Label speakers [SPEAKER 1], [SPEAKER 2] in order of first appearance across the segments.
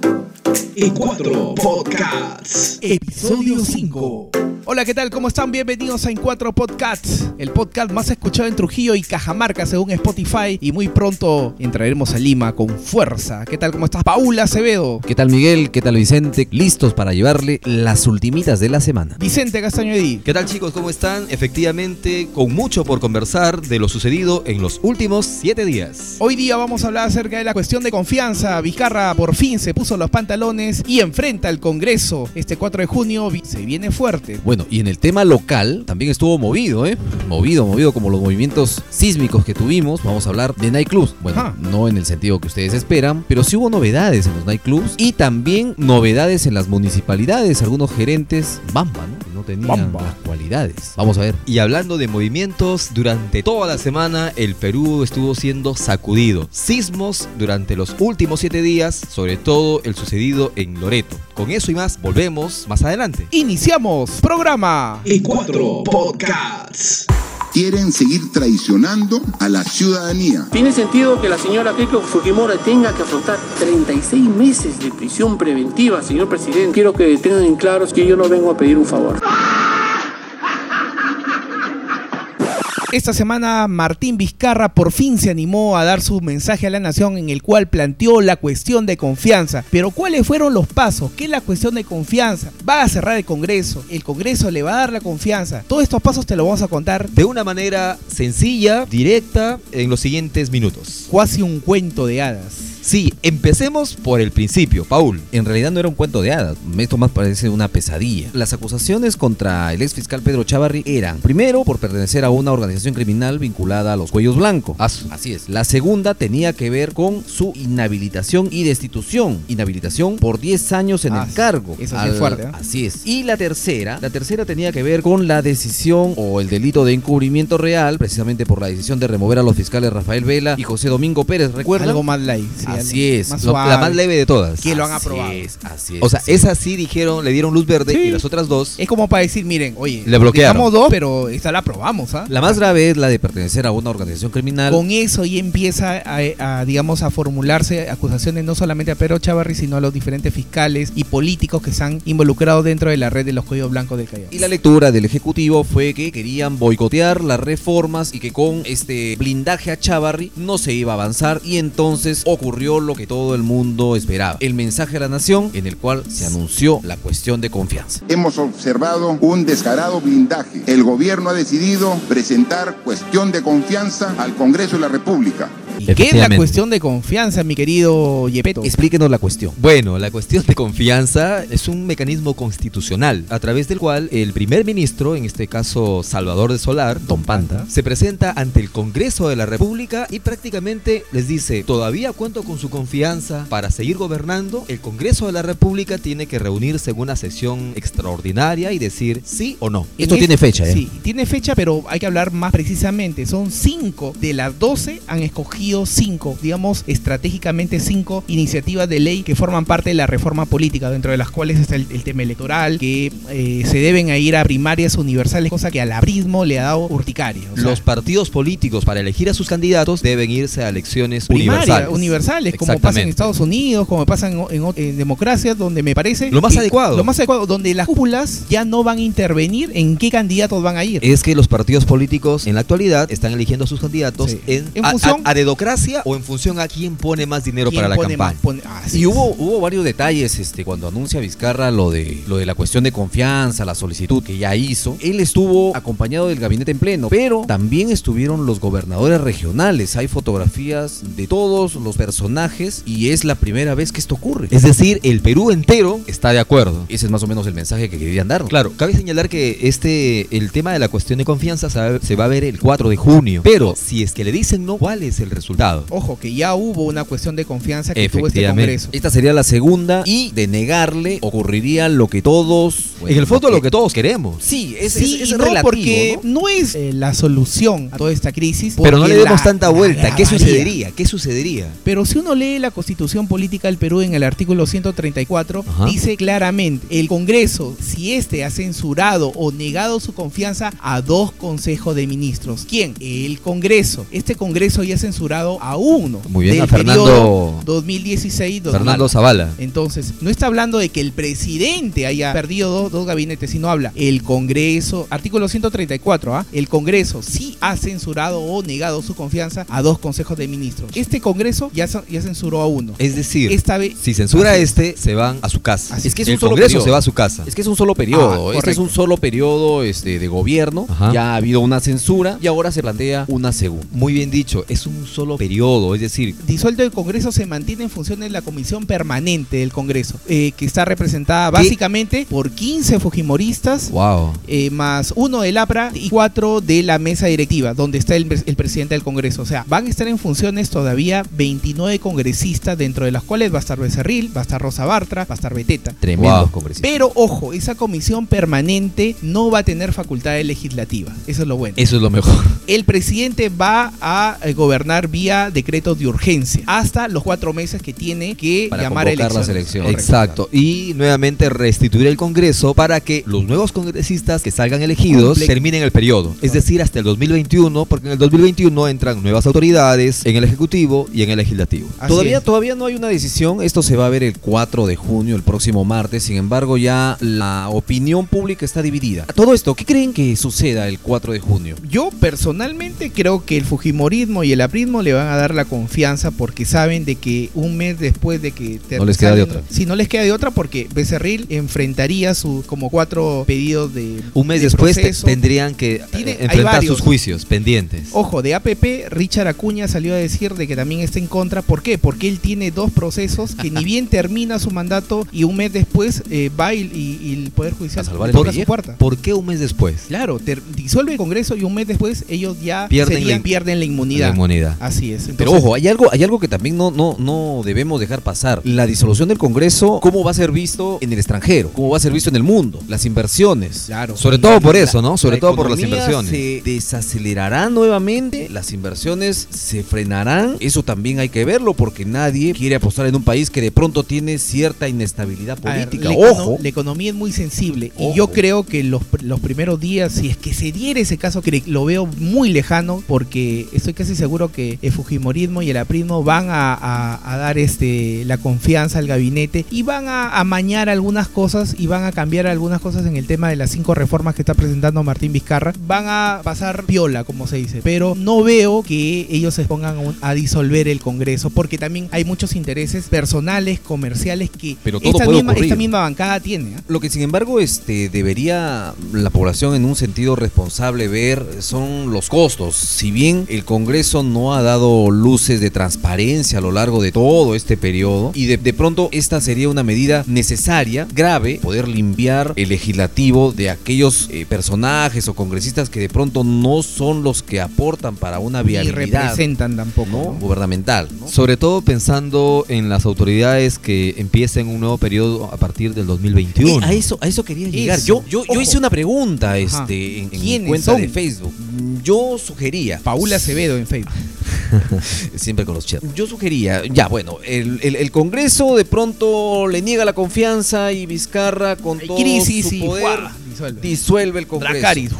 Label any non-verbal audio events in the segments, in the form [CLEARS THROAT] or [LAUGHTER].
[SPEAKER 1] 3 y 4 Podcasts.
[SPEAKER 2] Episodio 5. Hola, ¿qué tal? ¿Cómo están? Bienvenidos a En 4 Podcasts, el podcast más escuchado en Trujillo y Cajamarca según Spotify. Y muy pronto entraremos a Lima con fuerza. ¿Qué tal? ¿Cómo estás? Paula Acevedo.
[SPEAKER 3] ¿Qué tal Miguel? ¿Qué tal Vicente? Listos para llevarle las ultimitas de la semana.
[SPEAKER 2] Vicente Castaño Edí.
[SPEAKER 4] ¿Qué tal chicos? ¿Cómo están? Efectivamente, con mucho por conversar de lo sucedido en los últimos siete días.
[SPEAKER 2] Hoy día vamos a hablar acerca de la cuestión de confianza. Vizcarra por fin se puso los pantalones y enfrenta al Congreso. Este 4 de junio vi- se viene fuerte.
[SPEAKER 3] Bueno, y en el tema local también estuvo movido, ¿eh? Movido, movido como los movimientos sísmicos que tuvimos. Vamos a hablar de nightclubs. Bueno,
[SPEAKER 4] Ah.
[SPEAKER 2] Ajá.
[SPEAKER 3] no en el sentido que ustedes esperan, pero sí hubo novedades en los nightclubs y también novedades en las municipalidades. Algunos gerentes, bamba, ¿no? Que No tenían
[SPEAKER 2] Bamba.
[SPEAKER 3] las cualidades. Vamos a ver.
[SPEAKER 4] Y hablando de movimientos, durante toda la semana el Perú estuvo siendo sacudido. Sismos durante los últimos siete días, sobre todo el sucedido en Loreto. Con eso y más, volvemos más adelante.
[SPEAKER 2] Iniciamos programa.
[SPEAKER 1] Y 4 Podcasts.
[SPEAKER 5] quieren seguir traicionando a la ciudadanía.
[SPEAKER 6] Tiene sentido que la señora Keiko Fujimori tenga que afrontar 36 meses de prisión preventiva, señor presidente. Quiero que tengan en claro que yo no vengo a pedir un favor.
[SPEAKER 2] Esta semana Martín Vizcarra por fin se animó a dar su mensaje a la nación en el cual planteó la cuestión de confianza. Pero ¿cuáles fueron los pasos? ¿Qué es la cuestión de confianza? Va a cerrar el Congreso, el Congreso le va a dar la confianza. Todos estos pasos te los vamos a contar
[SPEAKER 4] De una manera sencilla, directa, en los siguientes minutos.
[SPEAKER 2] casi un cuento de hadas.
[SPEAKER 4] Sí, empecemos por el principio, Paul.
[SPEAKER 3] En realidad no era un cuento de hadas, esto más parece una pesadilla. Las acusaciones contra el ex fiscal Pedro Chavarri eran, primero, por pertenecer a una organización criminal vinculada a los cuellos blancos. As- Así es. La segunda tenía que ver con su inhabilitación y destitución. Inhabilitación por 10 años en
[SPEAKER 2] As-
[SPEAKER 3] el cargo.
[SPEAKER 2] eso sí es fuerte, ¿eh?
[SPEAKER 3] Así es. Y la tercera, la tercera tenía que ver con la decisión o el delito de encubrimiento real, precisamente por la decisión de remover a los fiscales Rafael Vela y José Domingo Pérez, ¿recuerdan?
[SPEAKER 2] Algo más light. sí,
[SPEAKER 3] Así
[SPEAKER 2] algo
[SPEAKER 3] es,
[SPEAKER 2] más
[SPEAKER 3] lo-
[SPEAKER 2] suave.
[SPEAKER 4] La más leve de todas.
[SPEAKER 2] que lo han
[SPEAKER 3] Así
[SPEAKER 2] aprobado.
[SPEAKER 3] es, así es.
[SPEAKER 4] O sea,
[SPEAKER 3] así es.
[SPEAKER 4] esas sí dijeron, le dieron luz verde
[SPEAKER 2] Sí.
[SPEAKER 4] y las otras dos.
[SPEAKER 2] Es como para decir, miren, oye,
[SPEAKER 4] Le bloquearon.
[SPEAKER 2] dejamos dos, pero esta la aprobamos, ¿ah?
[SPEAKER 3] La más grave es la de pertenecer a una organización criminal.
[SPEAKER 2] Con eso ya empieza a, a, digamos, a formularse acusaciones no solamente a Pedro Chavarri, sino a los diferentes fiscales y políticos que están involucrados dentro de la red de los cuellos blancos del Callao.
[SPEAKER 3] Y la lectura del Ejecutivo fue que querían boicotear las reformas y que con este blindaje a Chavarri no se iba a avanzar y entonces ocurrió lo que todo el mundo esperaba. El mensaje a la nación en el cual se anunció la cuestión de confianza.
[SPEAKER 5] Hemos observado un descarado blindaje. El gobierno ha decidido presentar cuestión de confianza al Congreso de la República.
[SPEAKER 2] ¿Y ¿Qué es la
[SPEAKER 3] Efectivamente.
[SPEAKER 2] cuestión de confianza, mi querido Yepeto?
[SPEAKER 3] Explíquenos la cuestión.
[SPEAKER 4] Bueno, la cuestión de confianza es un mecanismo constitucional a través del cual el primer ministro, en este caso Salvador de Solar,
[SPEAKER 3] Don Panta.
[SPEAKER 4] se presenta ante el Congreso de la República y prácticamente les dice, todavía cuento con su confianza para seguir gobernando, el Congreso de la República tiene que reunirse en una sesión extraordinaria y decir sí o no.
[SPEAKER 3] Esto
[SPEAKER 2] En
[SPEAKER 3] tiene
[SPEAKER 2] este-
[SPEAKER 3] fecha, ¿eh?
[SPEAKER 2] Sí, tiene fecha, pero hay que hablar más precisamente. Son cinco de las 12, han escogido cinco, digamos, estratégicamente cinco iniciativas de ley que forman parte de la reforma política, dentro de las cuales está el, el tema electoral, que eh, se deben a ir a primarias universales, cosa que al abrismo le ha dado urticaria. o sea,
[SPEAKER 4] Los partidos políticos para elegir a sus candidatos deben irse a elecciones
[SPEAKER 2] primarias,
[SPEAKER 4] universales.
[SPEAKER 2] universales, como pasa en
[SPEAKER 4] Exactamente.
[SPEAKER 2] Estados Unidos, como pasa en, o- en o- en democracias, donde me parece...
[SPEAKER 4] Lo más
[SPEAKER 2] que-
[SPEAKER 4] adecuado.
[SPEAKER 2] Lo más adecuado, donde las cúpulas ya no van a intervenir en qué candidatos van a ir.
[SPEAKER 4] es que los partidos políticos en la actualidad están eligiendo a sus candidatos
[SPEAKER 2] Sí.
[SPEAKER 4] en,
[SPEAKER 2] En
[SPEAKER 4] a,
[SPEAKER 2] función-
[SPEAKER 4] a- a dedocracia o en función a quién pone más dinero
[SPEAKER 2] ¿Quién
[SPEAKER 4] para la
[SPEAKER 2] pone más?
[SPEAKER 4] campaña.
[SPEAKER 2] Pone- ah, sí,
[SPEAKER 3] Y hubo, hubo varios detalles este, cuando anuncia Vizcarra lo de, lo de la cuestión de confianza, la solicitud que ya hizo. Él estuvo acompañado del gabinete en pleno, pero también estuvieron los gobernadores regionales. Hay fotografías de todos los personajes y es la primera vez que esto ocurre.
[SPEAKER 4] Es decir, el Perú entero está de acuerdo.
[SPEAKER 3] Ese es más o menos el mensaje que querían darnos.
[SPEAKER 4] Claro, cabe señalar que este, el tema de la cuestión de confianza se va, se va a ver el 4 de junio. Pero si es que le dicen no, ¿cuál es el resultado?
[SPEAKER 2] Ojo, que ya hubo una cuestión de confianza que tuvo este
[SPEAKER 4] Efectivamente.
[SPEAKER 2] Congreso.
[SPEAKER 3] Esta sería la segunda y de negarle ocurriría lo que todos...
[SPEAKER 4] en el fondo, lo que
[SPEAKER 3] todos...
[SPEAKER 4] todos queremos.
[SPEAKER 3] Sí, es,
[SPEAKER 2] Sí,
[SPEAKER 3] es- es
[SPEAKER 2] y no,
[SPEAKER 3] relativo,
[SPEAKER 2] porque
[SPEAKER 3] ¿no?
[SPEAKER 2] ¿no? es eh, la solución a toda esta crisis.
[SPEAKER 4] Pero no
[SPEAKER 2] porque
[SPEAKER 4] le demos
[SPEAKER 2] la-
[SPEAKER 4] tanta
[SPEAKER 2] la
[SPEAKER 4] vuelta. ¿Qué
[SPEAKER 2] agravaría.
[SPEAKER 4] sucedería? ¿Qué sucedería?
[SPEAKER 2] Pero si uno lee la Constitución Política del Perú en el artículo 134,
[SPEAKER 4] Ajá.
[SPEAKER 2] dice claramente, el Congreso, si éste ha censurado o negado su confianza a dos consejos de ministros. ¿Quién? El Congreso. Este Congreso ya ha censurado imputado a uno.
[SPEAKER 4] Muy bien,
[SPEAKER 2] del
[SPEAKER 4] a Fernando-
[SPEAKER 2] periodo 2016
[SPEAKER 4] Fernando Zavala.
[SPEAKER 2] entonces, no está hablando de que el presidente haya perdido dos, dos gabinetes, sino habla el Congreso, artículo 134, ¿ah? el Congreso sí ha censurado o negado su confianza a dos consejos de ministros. Este Congreso ya, ce- ya censuró a uno.
[SPEAKER 4] Es decir,
[SPEAKER 3] Este
[SPEAKER 2] Esta vez
[SPEAKER 4] si censura
[SPEAKER 2] Así
[SPEAKER 4] este, se van a su casa.
[SPEAKER 2] Así es.
[SPEAKER 4] Es
[SPEAKER 3] que
[SPEAKER 4] que
[SPEAKER 3] es
[SPEAKER 4] el
[SPEAKER 3] un solo
[SPEAKER 4] Congreso
[SPEAKER 3] periodo.
[SPEAKER 4] se va a su casa.
[SPEAKER 3] Es que es un solo periodo.
[SPEAKER 2] Ah,
[SPEAKER 3] este es
[SPEAKER 2] correcto.
[SPEAKER 3] un solo periodo este, de gobierno.
[SPEAKER 4] Ajá.
[SPEAKER 3] Ya ha habido una censura y ahora se plantea una segunda.
[SPEAKER 4] Muy bien dicho, es un solo periodo, es decir,
[SPEAKER 2] disuelto el Congreso se mantiene en funciones la comisión permanente del Congreso, eh, que está representada básicamente por 15 fujimoristas.
[SPEAKER 4] wow.
[SPEAKER 2] eh, más uno del APRA y cuatro de la mesa directiva, donde está el, el presidente del Congreso. O sea, van a estar en funciones todavía 29 congresistas, dentro de las cuales va a estar Becerril, va a estar Rosa Bartra, va a estar Beteta.
[SPEAKER 3] Tremendos
[SPEAKER 4] Wow.
[SPEAKER 3] congresistas.
[SPEAKER 2] Pero ojo, esa comisión permanente no va a tener facultades legislativas. Eso es lo
[SPEAKER 3] Eh,
[SPEAKER 2] bueno.
[SPEAKER 4] Eso es lo mejor.
[SPEAKER 2] El presidente va a eh, gobernar vía decretos de urgencia hasta los cuatro meses que tiene que
[SPEAKER 3] Para
[SPEAKER 2] llamar a
[SPEAKER 3] convocar
[SPEAKER 2] elecciones.
[SPEAKER 3] las elecciones.
[SPEAKER 2] Correcto.
[SPEAKER 4] Exacto. Y nuevamente restituir el Congreso para que los nuevos congresistas que salgan elegidos
[SPEAKER 2] Comple-
[SPEAKER 4] terminen el periodo. Es decir, hasta el 2021, porque en el 2021 entran nuevas autoridades en el Ejecutivo y en el Legislativo.
[SPEAKER 2] Así
[SPEAKER 3] Todavía,
[SPEAKER 2] es.
[SPEAKER 3] todavía no hay una decisión. Esto se va a ver el 4 de junio, el próximo martes. Sin embargo, ya la opinión pública está dividida. Todo esto, ¿qué creen que suceda el 4 de junio?
[SPEAKER 2] Yo personalmente creo que el Fujimorismo y el aprismo le van a dar la confianza porque saben de que un mes después de que te-
[SPEAKER 4] No les queda de
[SPEAKER 2] salen-
[SPEAKER 4] otra.
[SPEAKER 2] Si no les queda de otra porque Becerril enfrentaría sus como cuatro pedidos de
[SPEAKER 4] Un mes
[SPEAKER 2] de
[SPEAKER 4] después te-
[SPEAKER 2] proceso.
[SPEAKER 4] tendrían que eh,
[SPEAKER 2] Tiene- hay
[SPEAKER 4] enfrentar
[SPEAKER 2] varios.
[SPEAKER 4] sus juicios pendientes.
[SPEAKER 2] Ojo, de APP, Richard Acuña salió a decir de que también está en contra. ¿Por qué? Porque él tiene dos procesos que ni bien termina su mandato y un mes después eh, va y, y- y el Poder Judicial
[SPEAKER 3] A salvar el
[SPEAKER 2] toca su
[SPEAKER 3] pellejo.
[SPEAKER 2] puerta.
[SPEAKER 4] ¿Por qué un mes después?
[SPEAKER 2] Claro, ter- disuelve el Congreso y un mes después ellos ya
[SPEAKER 4] Pierden
[SPEAKER 2] serían-
[SPEAKER 4] la-
[SPEAKER 2] pierden la inmunidad.
[SPEAKER 4] La inmunidad.
[SPEAKER 2] Así es.
[SPEAKER 3] Pero
[SPEAKER 2] entonces-
[SPEAKER 3] ojo, hay algo, hay algo que también no, no, no debemos dejar pasar. La disolución del Congreso, ¿cómo va a ser visto en el extranjero? ¿Cómo va a ser visto en el mundo? Las inversiones.
[SPEAKER 2] Claro.
[SPEAKER 4] Sobre todo por eso, ¿no? Sobre todo por las
[SPEAKER 3] economía
[SPEAKER 4] inversiones.
[SPEAKER 3] Se desacelerará nuevamente, las inversiones se frenarán. Eso también hay que verlo porque nadie quiere apostar en un país que de pronto tiene cierta inestabilidad
[SPEAKER 2] A ver,
[SPEAKER 3] política.
[SPEAKER 2] la econo-
[SPEAKER 3] Ojo.
[SPEAKER 2] La economía es muy sensible
[SPEAKER 3] Ojo.
[SPEAKER 2] y yo creo que los, pr- los primeros días, si es que se diera ese caso, que lo veo muy lejano porque estoy casi seguro que el Fujimorismo y el Aprismo van a, a- a dar este, la confianza al gabinete y van a amañar algunas cosas y van a cambiar algunas cosas en el tema de las cinco reformas que está presentando Martín Vizcarra. Van a pasar piola, como se dice, pero no veo que ellos se pongan a un- a disolver el Congreso porque también hay muchos intereses personales, comerciales que
[SPEAKER 3] Pero todo
[SPEAKER 2] esta,
[SPEAKER 3] puede
[SPEAKER 2] misma,
[SPEAKER 3] ocurrir.
[SPEAKER 2] esta misma bancada tiene. ¿ah?
[SPEAKER 3] Lo que sin embargo este, debería la población en un sentido responsable ver son los costos. Si bien el Congreso no ha dado luces de transparencia a lo largo de todo este periodo y de, de pronto esta sería una medida necesaria, grave, poder limpiar el legislativo de aquellos eh, personajes o congresistas que de pronto no son los que aportan para una
[SPEAKER 2] Ni
[SPEAKER 3] viabilidad
[SPEAKER 2] representan tampoco.
[SPEAKER 3] ¿no?
[SPEAKER 2] ¿no?
[SPEAKER 3] gubernamental. ¿no?
[SPEAKER 4] Sobre todo pensando en las autoridades que empiecen un nuevo periodo a partir del 2021.
[SPEAKER 3] Eh, a eso, a eso quería llegar.
[SPEAKER 2] Eso.
[SPEAKER 3] Yo, yo, yo
[SPEAKER 2] Ojo.
[SPEAKER 3] hice una pregunta este, en, en mi
[SPEAKER 2] ¿Quiénes
[SPEAKER 3] cuenta
[SPEAKER 2] son?
[SPEAKER 3] de Facebook. Mm, Yo sugería.
[SPEAKER 2] Paula Acevedo en Facebook.
[SPEAKER 3] Siempre con los chats. Yo sugería, ya bueno, el, el- el Congreso de pronto le niega la confianza y Vizcarra con todo
[SPEAKER 2] Crisis
[SPEAKER 3] su
[SPEAKER 2] y
[SPEAKER 3] poder
[SPEAKER 2] ¡guau! disuelve.
[SPEAKER 3] disuelve el Congreso.
[SPEAKER 2] Dracarys.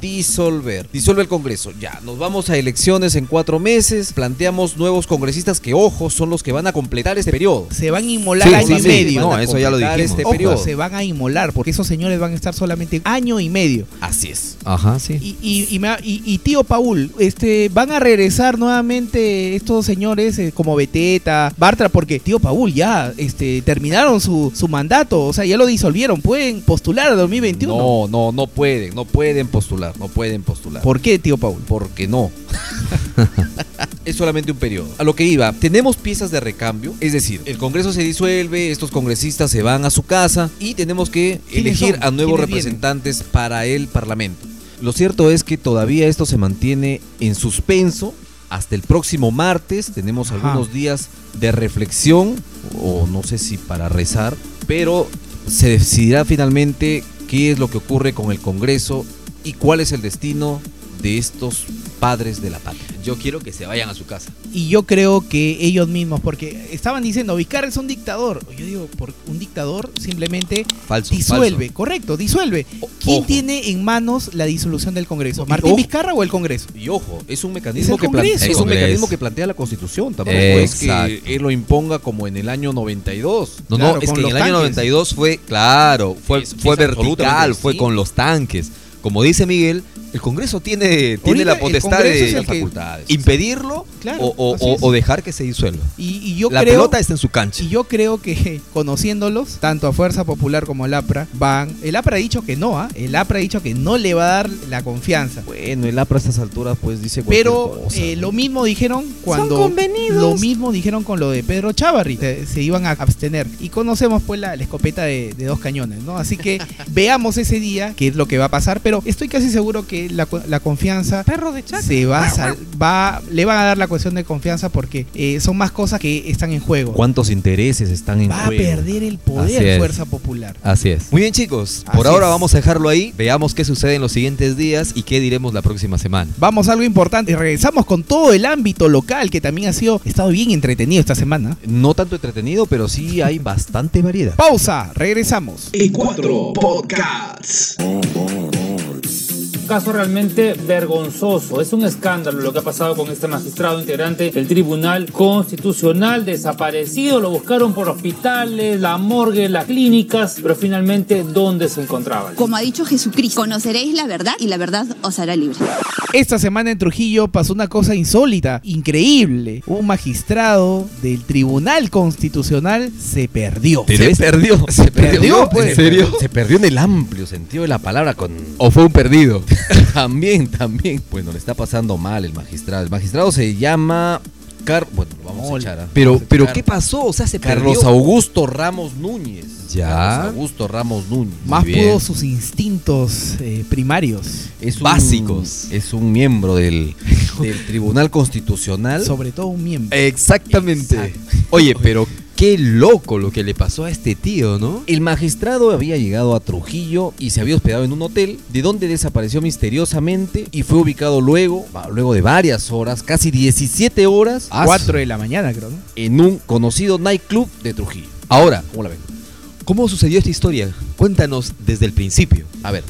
[SPEAKER 3] Disolver. Disuelve el Congreso. Ya, nos vamos a elecciones en cuatro meses. Planteamos nuevos congresistas que, ojo, son los que van a completar este periodo.
[SPEAKER 2] Se van a inmolar
[SPEAKER 4] Sí,
[SPEAKER 2] año
[SPEAKER 4] sí,
[SPEAKER 2] y
[SPEAKER 4] sí.
[SPEAKER 2] medio.
[SPEAKER 4] No, eso ya lo
[SPEAKER 3] Completar
[SPEAKER 4] dijimos.
[SPEAKER 3] Este
[SPEAKER 2] Ojo,
[SPEAKER 3] periodo.
[SPEAKER 2] se van a inmolar porque esos señores van a estar solamente año y medio.
[SPEAKER 3] Así es.
[SPEAKER 4] Ajá, sí.
[SPEAKER 2] Y, y- y me ha- y- y tío Paul, este, van a regresar nuevamente estos señores eh, como Beteta, Bartra, porque tío Paul ya este, terminaron su, su mandato, o sea, ya lo disolvieron, pueden postular a 2021.
[SPEAKER 3] No, no, no pueden, no pueden postular, no pueden postular.
[SPEAKER 2] ¿Por qué, tío Paul?
[SPEAKER 3] Porque
[SPEAKER 2] [LAUGHS]
[SPEAKER 3] no. es solamente un periodo. A lo que iba, tenemos piezas de recambio, es decir, el Congreso se disuelve, estos congresistas se van a su casa y tenemos que
[SPEAKER 2] ¿Quiénes
[SPEAKER 3] elegir
[SPEAKER 2] son?
[SPEAKER 3] a nuevos
[SPEAKER 2] ¿Quiénes vienen?
[SPEAKER 3] representantes para el Parlamento. Lo cierto es que todavía esto se mantiene en suspenso. Hasta el próximo martes tenemos
[SPEAKER 2] Ajá.
[SPEAKER 3] algunos días de reflexión, o no sé si para rezar, pero se decidirá finalmente qué es lo que ocurre con el Congreso y cuál es el destino de estos padres de la patria.
[SPEAKER 4] Yo quiero que se vayan a su casa.
[SPEAKER 2] Y yo creo que ellos mismos, porque estaban diciendo, Vizcarra es un dictador. Yo digo, por un dictador simplemente
[SPEAKER 4] Falso.
[SPEAKER 2] disuelve,
[SPEAKER 4] falso.
[SPEAKER 2] correcto, disuelve. ¿Quién
[SPEAKER 4] ojo.
[SPEAKER 2] tiene en manos la disolución del Congreso?
[SPEAKER 3] Y
[SPEAKER 2] ¿Martín
[SPEAKER 3] ojo.
[SPEAKER 2] Vizcarra o el Congreso?
[SPEAKER 3] Y ojo, es un mecanismo,
[SPEAKER 2] Es el
[SPEAKER 3] que, plan-
[SPEAKER 2] Congreso.
[SPEAKER 3] es
[SPEAKER 4] El
[SPEAKER 3] un mecanismo
[SPEAKER 4] Congreso.
[SPEAKER 3] que plantea la Constitución. Tampoco es
[SPEAKER 4] Exacto.
[SPEAKER 3] que él lo imponga como en el año 92.
[SPEAKER 4] No,
[SPEAKER 2] Claro,
[SPEAKER 4] no, es
[SPEAKER 2] con
[SPEAKER 4] que en
[SPEAKER 2] los
[SPEAKER 4] el año
[SPEAKER 2] tanques.
[SPEAKER 4] 92 fue, claro, fue,
[SPEAKER 3] Es-
[SPEAKER 4] fue
[SPEAKER 3] es absolutamente
[SPEAKER 4] vertical, fue
[SPEAKER 3] distinto.
[SPEAKER 4] con los tanques. Como dice Miguel, el Congreso tiene, tiene
[SPEAKER 2] Ahorita
[SPEAKER 4] la
[SPEAKER 2] el
[SPEAKER 4] potestad
[SPEAKER 2] Congreso
[SPEAKER 4] de
[SPEAKER 2] es el
[SPEAKER 4] las
[SPEAKER 2] que-
[SPEAKER 4] facultades. impedirlo
[SPEAKER 2] Claro,
[SPEAKER 4] o, o-
[SPEAKER 2] así
[SPEAKER 4] o-
[SPEAKER 2] es.
[SPEAKER 4] o dejar que se disuelva.
[SPEAKER 2] Y, y yo
[SPEAKER 4] la
[SPEAKER 2] creo,
[SPEAKER 4] pelota está en su cancha.
[SPEAKER 2] y yo creo que [LAUGHS] conociéndolos, tanto a Fuerza Popular como el APRA, van. El APRA ha dicho que no, ¿ah? el APRA ha dicho que no le va a dar la confianza.
[SPEAKER 3] Bueno, el APRA a estas alturas pues dice cualquier
[SPEAKER 2] Pero
[SPEAKER 3] cosa,
[SPEAKER 2] eh,
[SPEAKER 3] ¿no?
[SPEAKER 2] lo mismo dijeron cuando lo mismo dijeron con lo de Pedro Chavarri, se, se iban a abstener y conocemos pues la, la escopeta de, de dos cañones, ¿no? Así que veamos ese día qué es lo que va a pasar, pero estoy casi seguro que la, cu- la confianza se va, a sal- va le van a dar la cuestión de confianza porque eh, son más cosas que están en juego.
[SPEAKER 3] ¿Cuántos intereses están en
[SPEAKER 2] Va a
[SPEAKER 3] juego?
[SPEAKER 2] perder el poder
[SPEAKER 4] Así es.
[SPEAKER 2] Fuerza Popular.
[SPEAKER 4] Así es. Muy bien, chicos. Por
[SPEAKER 2] Así
[SPEAKER 4] ahora
[SPEAKER 2] es.
[SPEAKER 4] vamos a dejarlo ahí. Veamos qué sucede en los siguientes días y qué diremos la próxima semana.
[SPEAKER 2] Vamos a algo importante, regresamos con todo el ámbito local que también ha sido estado bien entretenido esta semana.
[SPEAKER 3] No tanto entretenido, pero sí hay bastante variedad.
[SPEAKER 2] Pausa, regresamos.
[SPEAKER 1] E4 Podcasts.
[SPEAKER 7] caso realmente vergonzoso. Es un escándalo lo que ha pasado con este magistrado integrante del Tribunal Constitucional desaparecido. Lo buscaron por hospitales, la morgue, las clínicas, pero finalmente, ¿dónde se encontraban?
[SPEAKER 8] Como ha dicho Jesucristo, conoceréis la verdad y la verdad os hará libre.
[SPEAKER 2] Esta semana en Trujillo pasó una cosa insólita, increíble. Un magistrado del Tribunal Constitucional se perdió.
[SPEAKER 4] Se perdió. [LAUGHS] Se
[SPEAKER 2] perdió, pues.
[SPEAKER 4] ¿En serio?
[SPEAKER 3] Se perdió en el amplio sentido de la palabra [LAUGHS] con...
[SPEAKER 4] ¿O fue un perdido?
[SPEAKER 3] también, también. Bueno, le está pasando mal el magistrado. El magistrado se llama... Car... Bueno, lo vamos a
[SPEAKER 2] Hola.
[SPEAKER 3] echar. ¿ah?
[SPEAKER 4] Pero,
[SPEAKER 3] Vamos a
[SPEAKER 4] pero
[SPEAKER 3] echar.
[SPEAKER 4] ¿qué pasó? O sea, se
[SPEAKER 3] Carlos
[SPEAKER 4] perdió.
[SPEAKER 3] Augusto Ramos Núñez.
[SPEAKER 4] Ya.
[SPEAKER 3] Carlos Augusto Ramos Núñez.
[SPEAKER 2] Más
[SPEAKER 4] Muy bien.
[SPEAKER 2] pudo sus instintos eh, primarios,
[SPEAKER 3] Es un-
[SPEAKER 4] Básicos.
[SPEAKER 3] Es un miembro [LAUGHS] del, del Tribunal Constitucional.
[SPEAKER 2] sobre todo un
[SPEAKER 3] Eh,
[SPEAKER 2] miembro.
[SPEAKER 4] Exactamente. Oye, pero qué loco lo que le pasó a este tío, ¿no?
[SPEAKER 3] El magistrado había llegado a Trujillo y se había hospedado en un hotel, de donde desapareció misteriosamente y fue ubicado luego, va, luego de varias horas, casi 17 horas,
[SPEAKER 4] Ah,
[SPEAKER 2] 4 de la mañana, creo. ¿no?
[SPEAKER 3] en un conocido nightclub de Trujillo.
[SPEAKER 4] Ahora,
[SPEAKER 3] ¿Cómo la ven?
[SPEAKER 4] ¿cómo sucedió esta historia? Cuéntanos desde el principio.
[SPEAKER 3] A ver,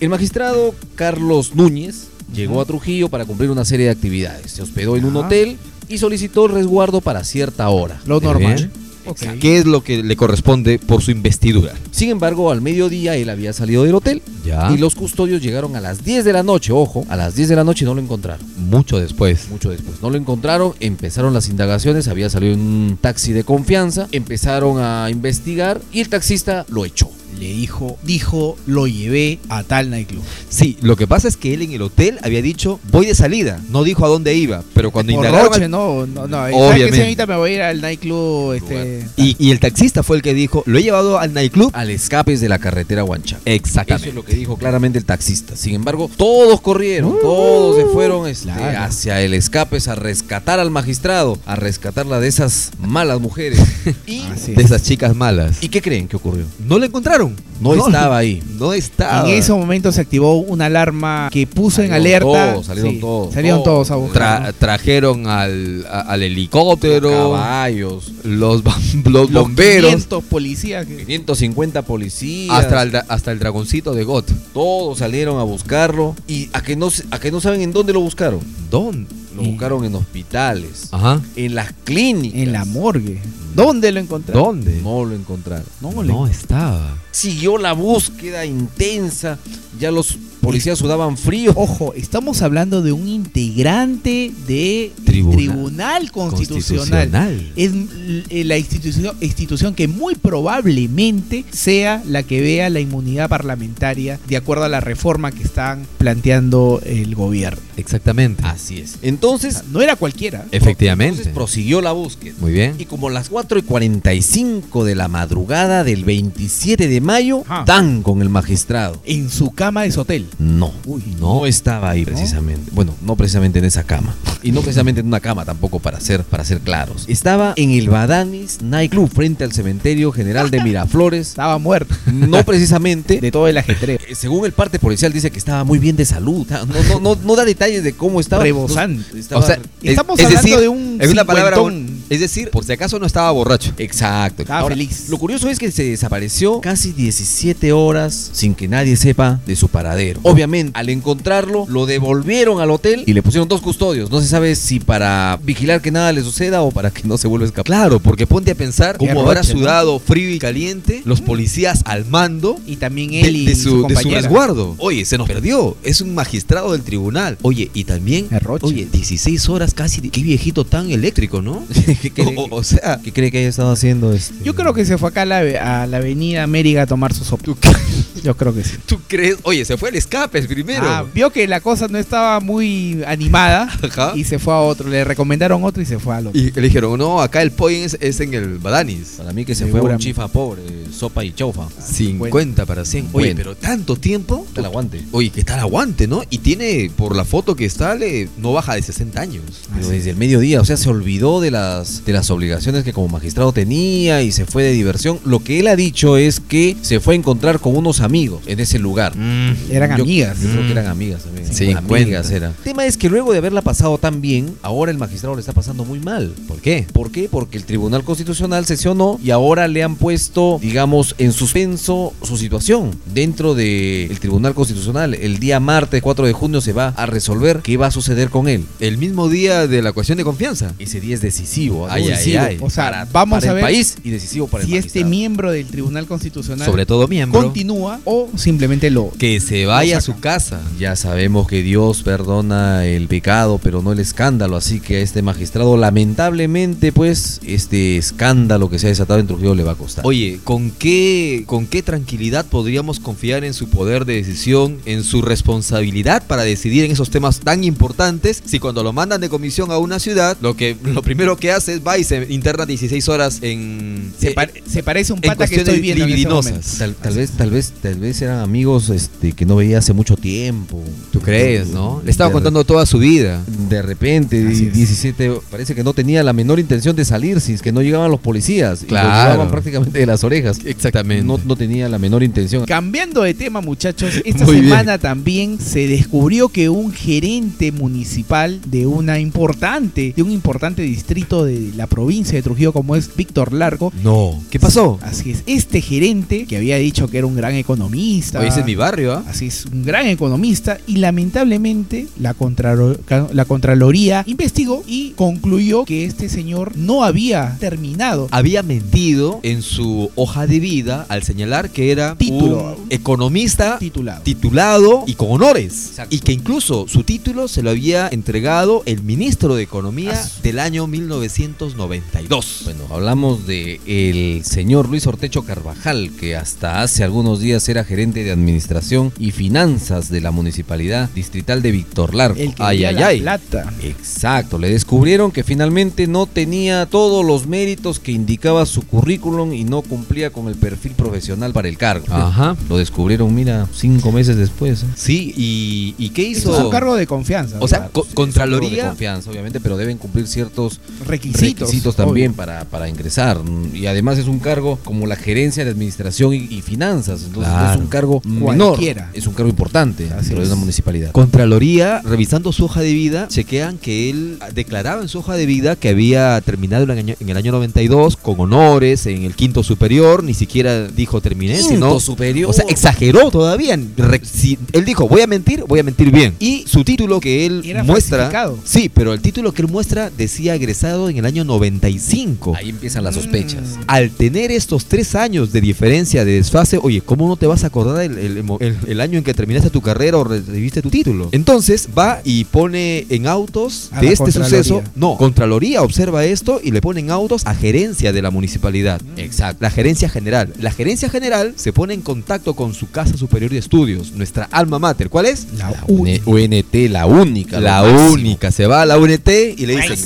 [SPEAKER 3] el magistrado Carlos Núñez llegó a Trujillo para cumplir una serie de actividades. Se hospedó en un
[SPEAKER 4] Ah.
[SPEAKER 2] Ajá.
[SPEAKER 3] hotel y solicitó resguardo para cierta hora.
[SPEAKER 2] Lo
[SPEAKER 4] ¿De
[SPEAKER 2] normal.
[SPEAKER 4] ver?
[SPEAKER 2] Ok.
[SPEAKER 4] ¿Qué es lo que le corresponde por su investidura?
[SPEAKER 3] Sin embargo, al mediodía él había salido del hotel
[SPEAKER 4] Ya.
[SPEAKER 3] y los custodios llegaron a las 10 de la noche, ojo, a las 10 de la noche y no lo encontraron.
[SPEAKER 4] Mucho después.
[SPEAKER 3] Mucho después. No lo encontraron, empezaron las indagaciones, había salido en un taxi de confianza, empezaron a investigar y el taxista lo echó.
[SPEAKER 2] Le dijo, dijo, lo llevé a tal nightclub.
[SPEAKER 4] Sí, lo que pasa es que él en el hotel había dicho, voy de salida. No dijo a dónde iba, pero cuando
[SPEAKER 2] Por
[SPEAKER 4] indagaron...
[SPEAKER 2] Roche,
[SPEAKER 4] al-
[SPEAKER 2] no, no, no. ¿sabes qué,
[SPEAKER 4] Obviamente.
[SPEAKER 2] señorita? me voy a ir al nightclub, este...
[SPEAKER 4] Y, y el taxista fue el que dijo, lo he llevado al nightclub.
[SPEAKER 3] Al escapes de la carretera Huanchaca.
[SPEAKER 4] Exactamente.
[SPEAKER 3] Ah, Eso es lo que dijo claramente el taxista. Sin embargo, todos corrieron, todos se fueron este,
[SPEAKER 2] Claro.
[SPEAKER 3] hacia el escapes a rescatar al magistrado, a rescatarla de esas malas mujeres. y,
[SPEAKER 2] Así
[SPEAKER 4] De
[SPEAKER 2] es.
[SPEAKER 4] esas chicas malas.
[SPEAKER 3] ¿Y qué creen que ocurrió?
[SPEAKER 4] no lo encontraron.
[SPEAKER 3] No estaba ahí.
[SPEAKER 4] No estaba.
[SPEAKER 2] En ese momento se activó una alarma que puso en
[SPEAKER 3] Salieron
[SPEAKER 2] alerta.
[SPEAKER 3] todos, salieron
[SPEAKER 2] Sí,
[SPEAKER 3] todos,
[SPEAKER 2] Salieron
[SPEAKER 3] todos.
[SPEAKER 2] todos a buscar.
[SPEAKER 4] Tra- trajeron al, a- al helicóptero,
[SPEAKER 3] Caballos,
[SPEAKER 4] los, bam- los
[SPEAKER 2] Los
[SPEAKER 4] bomberos,
[SPEAKER 2] 500 policías. que-
[SPEAKER 3] 550 policías.
[SPEAKER 4] hasta el, dra- hasta el dragoncito de Got.
[SPEAKER 3] Todos salieron a buscarlo y a que no se- a que no saben en dónde lo buscaron.
[SPEAKER 4] ¿Dónde?
[SPEAKER 3] Lo buscaron en hospitales,
[SPEAKER 4] Ajá.
[SPEAKER 3] en las clínicas.
[SPEAKER 2] En la morgue. ¿Dónde lo encontraron?
[SPEAKER 4] ¿Dónde?
[SPEAKER 3] No lo encontraron.
[SPEAKER 4] No, estaba.
[SPEAKER 3] Siguió la búsqueda intensa. Ya los policías sudaban frío.
[SPEAKER 4] Oh,
[SPEAKER 2] Ojo, estamos hablando de un integrante de
[SPEAKER 4] Tribunal.
[SPEAKER 2] Tribunal Constitucional. Es l- eh, la institución, institución que muy probablemente sea la que vea la inmunidad parlamentaria de acuerdo a la reforma que están planteando el gobierno.
[SPEAKER 4] Exactamente.
[SPEAKER 3] Así es. Entonces,
[SPEAKER 2] No era cualquiera.
[SPEAKER 4] Efectivamente.
[SPEAKER 3] entonces prosiguió la búsqueda.
[SPEAKER 4] Muy bien.
[SPEAKER 3] Y como las 4 y 45 de la madrugada del 27 de mayo,
[SPEAKER 2] Ajá.
[SPEAKER 3] dan con el magistrado.
[SPEAKER 2] En su cama de su hotel.
[SPEAKER 3] No, no estaba ahí
[SPEAKER 2] ¿No?
[SPEAKER 3] precisamente. Bueno, no precisamente en esa cama. Y no precisamente en una cama tampoco, para ser, para ser claros. Estaba en el Badanis Nightclub, frente al cementerio general de Miraflores.
[SPEAKER 2] Estaba muerto.
[SPEAKER 3] No
[SPEAKER 2] [LAUGHS]
[SPEAKER 3] precisamente
[SPEAKER 2] De todo el ajetreo.
[SPEAKER 3] eh, según el parte policial dice que estaba muy bien de salud. No, no, no, no da detalles de cómo estaba.
[SPEAKER 2] Rebosante.
[SPEAKER 3] No, estaba-
[SPEAKER 4] O sea, es-
[SPEAKER 2] Estamos
[SPEAKER 4] es
[SPEAKER 2] hablando
[SPEAKER 4] decir,
[SPEAKER 2] de un
[SPEAKER 4] en una palabra,
[SPEAKER 2] cincuentón.
[SPEAKER 4] es decir, por si acaso no estaba borracho.
[SPEAKER 3] Exacto.
[SPEAKER 2] Estaba feliz.
[SPEAKER 3] Lo curioso es que se desapareció casi 17 horas sin que nadie sepa de su paradero. Obviamente, al encontrarlo, lo devolvieron al hotel y le pusieron dos custodios. No se sabe si para vigilar que nada le suceda o para que no se vuelva a escapar.
[SPEAKER 4] Claro, porque ponte a pensar
[SPEAKER 2] Qué
[SPEAKER 4] cómo habrá
[SPEAKER 2] roche, ¿no?
[SPEAKER 4] sudado frío y caliente los policías al mando
[SPEAKER 2] Y también
[SPEAKER 4] de,
[SPEAKER 2] él y
[SPEAKER 4] de
[SPEAKER 2] su,
[SPEAKER 4] su, de su
[SPEAKER 2] compañera.
[SPEAKER 4] resguardo. Oye, se nos perdió. Es un magistrado del tribunal. Oye, y también.
[SPEAKER 2] Qué roche.
[SPEAKER 4] Oye, 16 horas casi. Qué viejito tan eléctrico, ¿no?
[SPEAKER 3] ¿Qué cree-
[SPEAKER 4] o, o sea.
[SPEAKER 3] ¿Qué cree que haya estado haciendo este?
[SPEAKER 2] Yo creo que se fue acá a la, a la avenida América a tomar su sopa. Yo creo que sí.
[SPEAKER 4] ¿Tú crees? Oye, se fue el escape primero.
[SPEAKER 2] Ah, vio que la cosa no estaba muy animada
[SPEAKER 4] Ajá.
[SPEAKER 2] y se fue a otro. Le recomendaron otro y se fue al otro.
[SPEAKER 4] Y le dijeron, no, acá el Poyen es, es en el Badanis.
[SPEAKER 3] Para mí que se fue a un
[SPEAKER 2] Seguramente.
[SPEAKER 3] chifa pobre, sopa y chaufa.
[SPEAKER 4] 50 para 100. Oye,
[SPEAKER 3] Bueno.
[SPEAKER 4] pero tanto tiempo.
[SPEAKER 3] Te la aguante.
[SPEAKER 4] Oye, que tal aguante, ¿no? Y tiene, por la foto que está, le- no baja de 60 años.
[SPEAKER 3] Pero desde el mediodía, o sea, se olvidó de las, de las obligaciones que como magistrado tenía y se fue de diversión. Lo que él ha dicho es que se fue a encontrar con unos amigos en ese lugar.
[SPEAKER 4] Mm.
[SPEAKER 2] Eran
[SPEAKER 3] Yo-
[SPEAKER 2] amigas.
[SPEAKER 3] yo creo que eran amigas también.
[SPEAKER 4] Sí,
[SPEAKER 3] amigas
[SPEAKER 4] cuenta.
[SPEAKER 3] eran. El tema es que luego de haberla pasado tan bien, ahora el magistrado le está pasando muy mal.
[SPEAKER 4] ¿Por qué?
[SPEAKER 3] ¿Por qué? Porque el Tribunal Constitucional sesionó y ahora le han puesto, digamos, en suspenso su situación. Dentro del Tribunal Constitucional, el día martes 4 de junio se va a resolver qué va a suceder con él.
[SPEAKER 4] El mismo día de la cuestión de confianza.
[SPEAKER 3] Ese día es decisivo. algo
[SPEAKER 4] Ay, ay,
[SPEAKER 3] decisivo
[SPEAKER 4] ay.
[SPEAKER 2] O sea,
[SPEAKER 3] para-
[SPEAKER 2] vamos
[SPEAKER 3] para
[SPEAKER 2] a ver
[SPEAKER 3] el país y decisivo para el
[SPEAKER 2] si este
[SPEAKER 3] magistrado.
[SPEAKER 2] miembro del Tribunal Constitucional
[SPEAKER 4] Sobre todo miembro.
[SPEAKER 2] continúa o simplemente lo...
[SPEAKER 4] que se vaya
[SPEAKER 2] Lo
[SPEAKER 4] a su casa.
[SPEAKER 3] Ya sabemos que Dios perdona el pecado, pero no el escándalo, así que a este magistrado lamentablemente pues este escándalo que se ha desatado en Trujillo le va a costar.
[SPEAKER 4] Oye, ¿con qué, ¿con qué tranquilidad podríamos confiar en su poder de decisión, en su responsabilidad para decidir en esos temas tan importantes? Si cuando lo mandan de comisión a una ciudad, lo, que, lo primero que hace es va y se interna 16 horas en...
[SPEAKER 2] Se,
[SPEAKER 4] eh,
[SPEAKER 2] par- se parece a un
[SPEAKER 4] en
[SPEAKER 2] pata que estoy
[SPEAKER 4] cuestiones
[SPEAKER 2] viendo en este
[SPEAKER 4] libidinosas.
[SPEAKER 2] momento.
[SPEAKER 3] tal, tal vez tal vez tal vez eran amigos este que no veía hace mucho tiempo.
[SPEAKER 4] ¿Tú crees, no? Le estaba
[SPEAKER 3] De-
[SPEAKER 4] contando toda su vida.
[SPEAKER 3] de repente
[SPEAKER 2] Así es.
[SPEAKER 3] 17 parece que no tenía la menor intención de salir si es que no llegaban los policías, y lo
[SPEAKER 4] Claro.
[SPEAKER 3] llevaban prácticamente de las orejas.
[SPEAKER 4] Exactamente.
[SPEAKER 3] No, no tenía la menor intención.
[SPEAKER 2] Cambiando de
[SPEAKER 4] [LAUGHS]
[SPEAKER 2] tema, muchachos, esta
[SPEAKER 4] Muy bien.
[SPEAKER 2] semana también se descubrió que un gerente municipal de una importante, de un importante distrito de la provincia de Trujillo, como es Víctor Largo,
[SPEAKER 4] No. ¿Qué pasó?
[SPEAKER 2] así es, este gerente que había dicho que era un gran economista.
[SPEAKER 4] Oye, ese es mi barrio, ¿ah?
[SPEAKER 2] Así es, un gran economista y lamentablemente la, Contralo- ca- la Contraloría investigó y concluyó que este señor no había terminado.
[SPEAKER 4] había mentido en su hoja de vida al señalar que era
[SPEAKER 2] Título.
[SPEAKER 4] un economista
[SPEAKER 2] titulado.
[SPEAKER 4] titulado y con honores
[SPEAKER 3] Exacto.
[SPEAKER 4] y que incluso su título se lo había entregado el ministro de economía
[SPEAKER 3] As-
[SPEAKER 4] del año 1992.
[SPEAKER 3] Bueno, hablamos de el señor Luis Ortecho Carvajal, que hasta hace algunos días era gerente de administración y finanzas de la municipalidad distrital de Víctor Larco.
[SPEAKER 2] El que
[SPEAKER 4] Ay,
[SPEAKER 2] tenía
[SPEAKER 4] ay,
[SPEAKER 2] la
[SPEAKER 4] ay.
[SPEAKER 2] plata.
[SPEAKER 3] Exacto, le descubrieron que finalmente no tenía todos los méritos que indicaba su currículum y no cumplía con el perfil profesional para el cargo.
[SPEAKER 4] Ajá.
[SPEAKER 3] Lo descubrieron, mira, cinco meses después. ¿eh?
[SPEAKER 4] Sí, y, y ¿qué
[SPEAKER 2] Esto es
[SPEAKER 4] hizo?
[SPEAKER 2] un cargo de confianza.
[SPEAKER 4] o sea,
[SPEAKER 2] ¿verdad?
[SPEAKER 4] co-
[SPEAKER 3] Es un cargo de
[SPEAKER 4] Contraloría
[SPEAKER 3] confianza, obviamente, pero deben cumplir ciertos
[SPEAKER 2] requisitos,
[SPEAKER 3] requisitos
[SPEAKER 2] obvio.
[SPEAKER 3] también para, para ingresar. Mm, Y además es un cargo como la gerencia de administración y, y finanzas. Entonces no es
[SPEAKER 4] Claro.
[SPEAKER 3] un cargo
[SPEAKER 2] Cualquiera.
[SPEAKER 3] menor, es un cargo importante
[SPEAKER 2] Así
[SPEAKER 3] dentro de
[SPEAKER 2] es.
[SPEAKER 3] una municipalidad.
[SPEAKER 4] Contraloría, revisando su hoja de vida, chequean que él declaraba en su hoja de vida que había terminado en el año, en el año 92 con honores, en el quinto superior, ni siquiera dijo terminé,
[SPEAKER 3] Quinto
[SPEAKER 4] sino...
[SPEAKER 3] superior.
[SPEAKER 4] O sea, exageró todavía. Re- si él dijo, voy a mentir, voy a mentir bien. Y su título que él
[SPEAKER 2] Era
[SPEAKER 4] muestra...
[SPEAKER 2] falsificado.
[SPEAKER 4] Sí, pero el título que él muestra decía egresado en el año 95.
[SPEAKER 3] Ahí empiezan las sospechas.
[SPEAKER 2] Mm.
[SPEAKER 4] Al tener estos tres años de diferencia, de desfase, oye, ¿cómo no te vas a acordar el, el- el- el año en que terminaste tu carrera o recibiste tu título? Entonces va y pone en autos
[SPEAKER 2] A
[SPEAKER 4] de
[SPEAKER 2] la
[SPEAKER 4] este
[SPEAKER 2] Contraloría.
[SPEAKER 4] suceso. No, Contraloría observa esto y le pone en autos a gerencia de la municipalidad.
[SPEAKER 2] Mm.
[SPEAKER 3] Exacto.
[SPEAKER 4] La gerencia general. La gerencia general se pone en contacto con su casa superior de estudios, nuestra alma mater. ¿Cuál es?
[SPEAKER 2] La
[SPEAKER 3] La UNE- UNT, la única.
[SPEAKER 4] Mm. La
[SPEAKER 3] lo máximo.
[SPEAKER 4] única. Se va a la UNT y le dicen,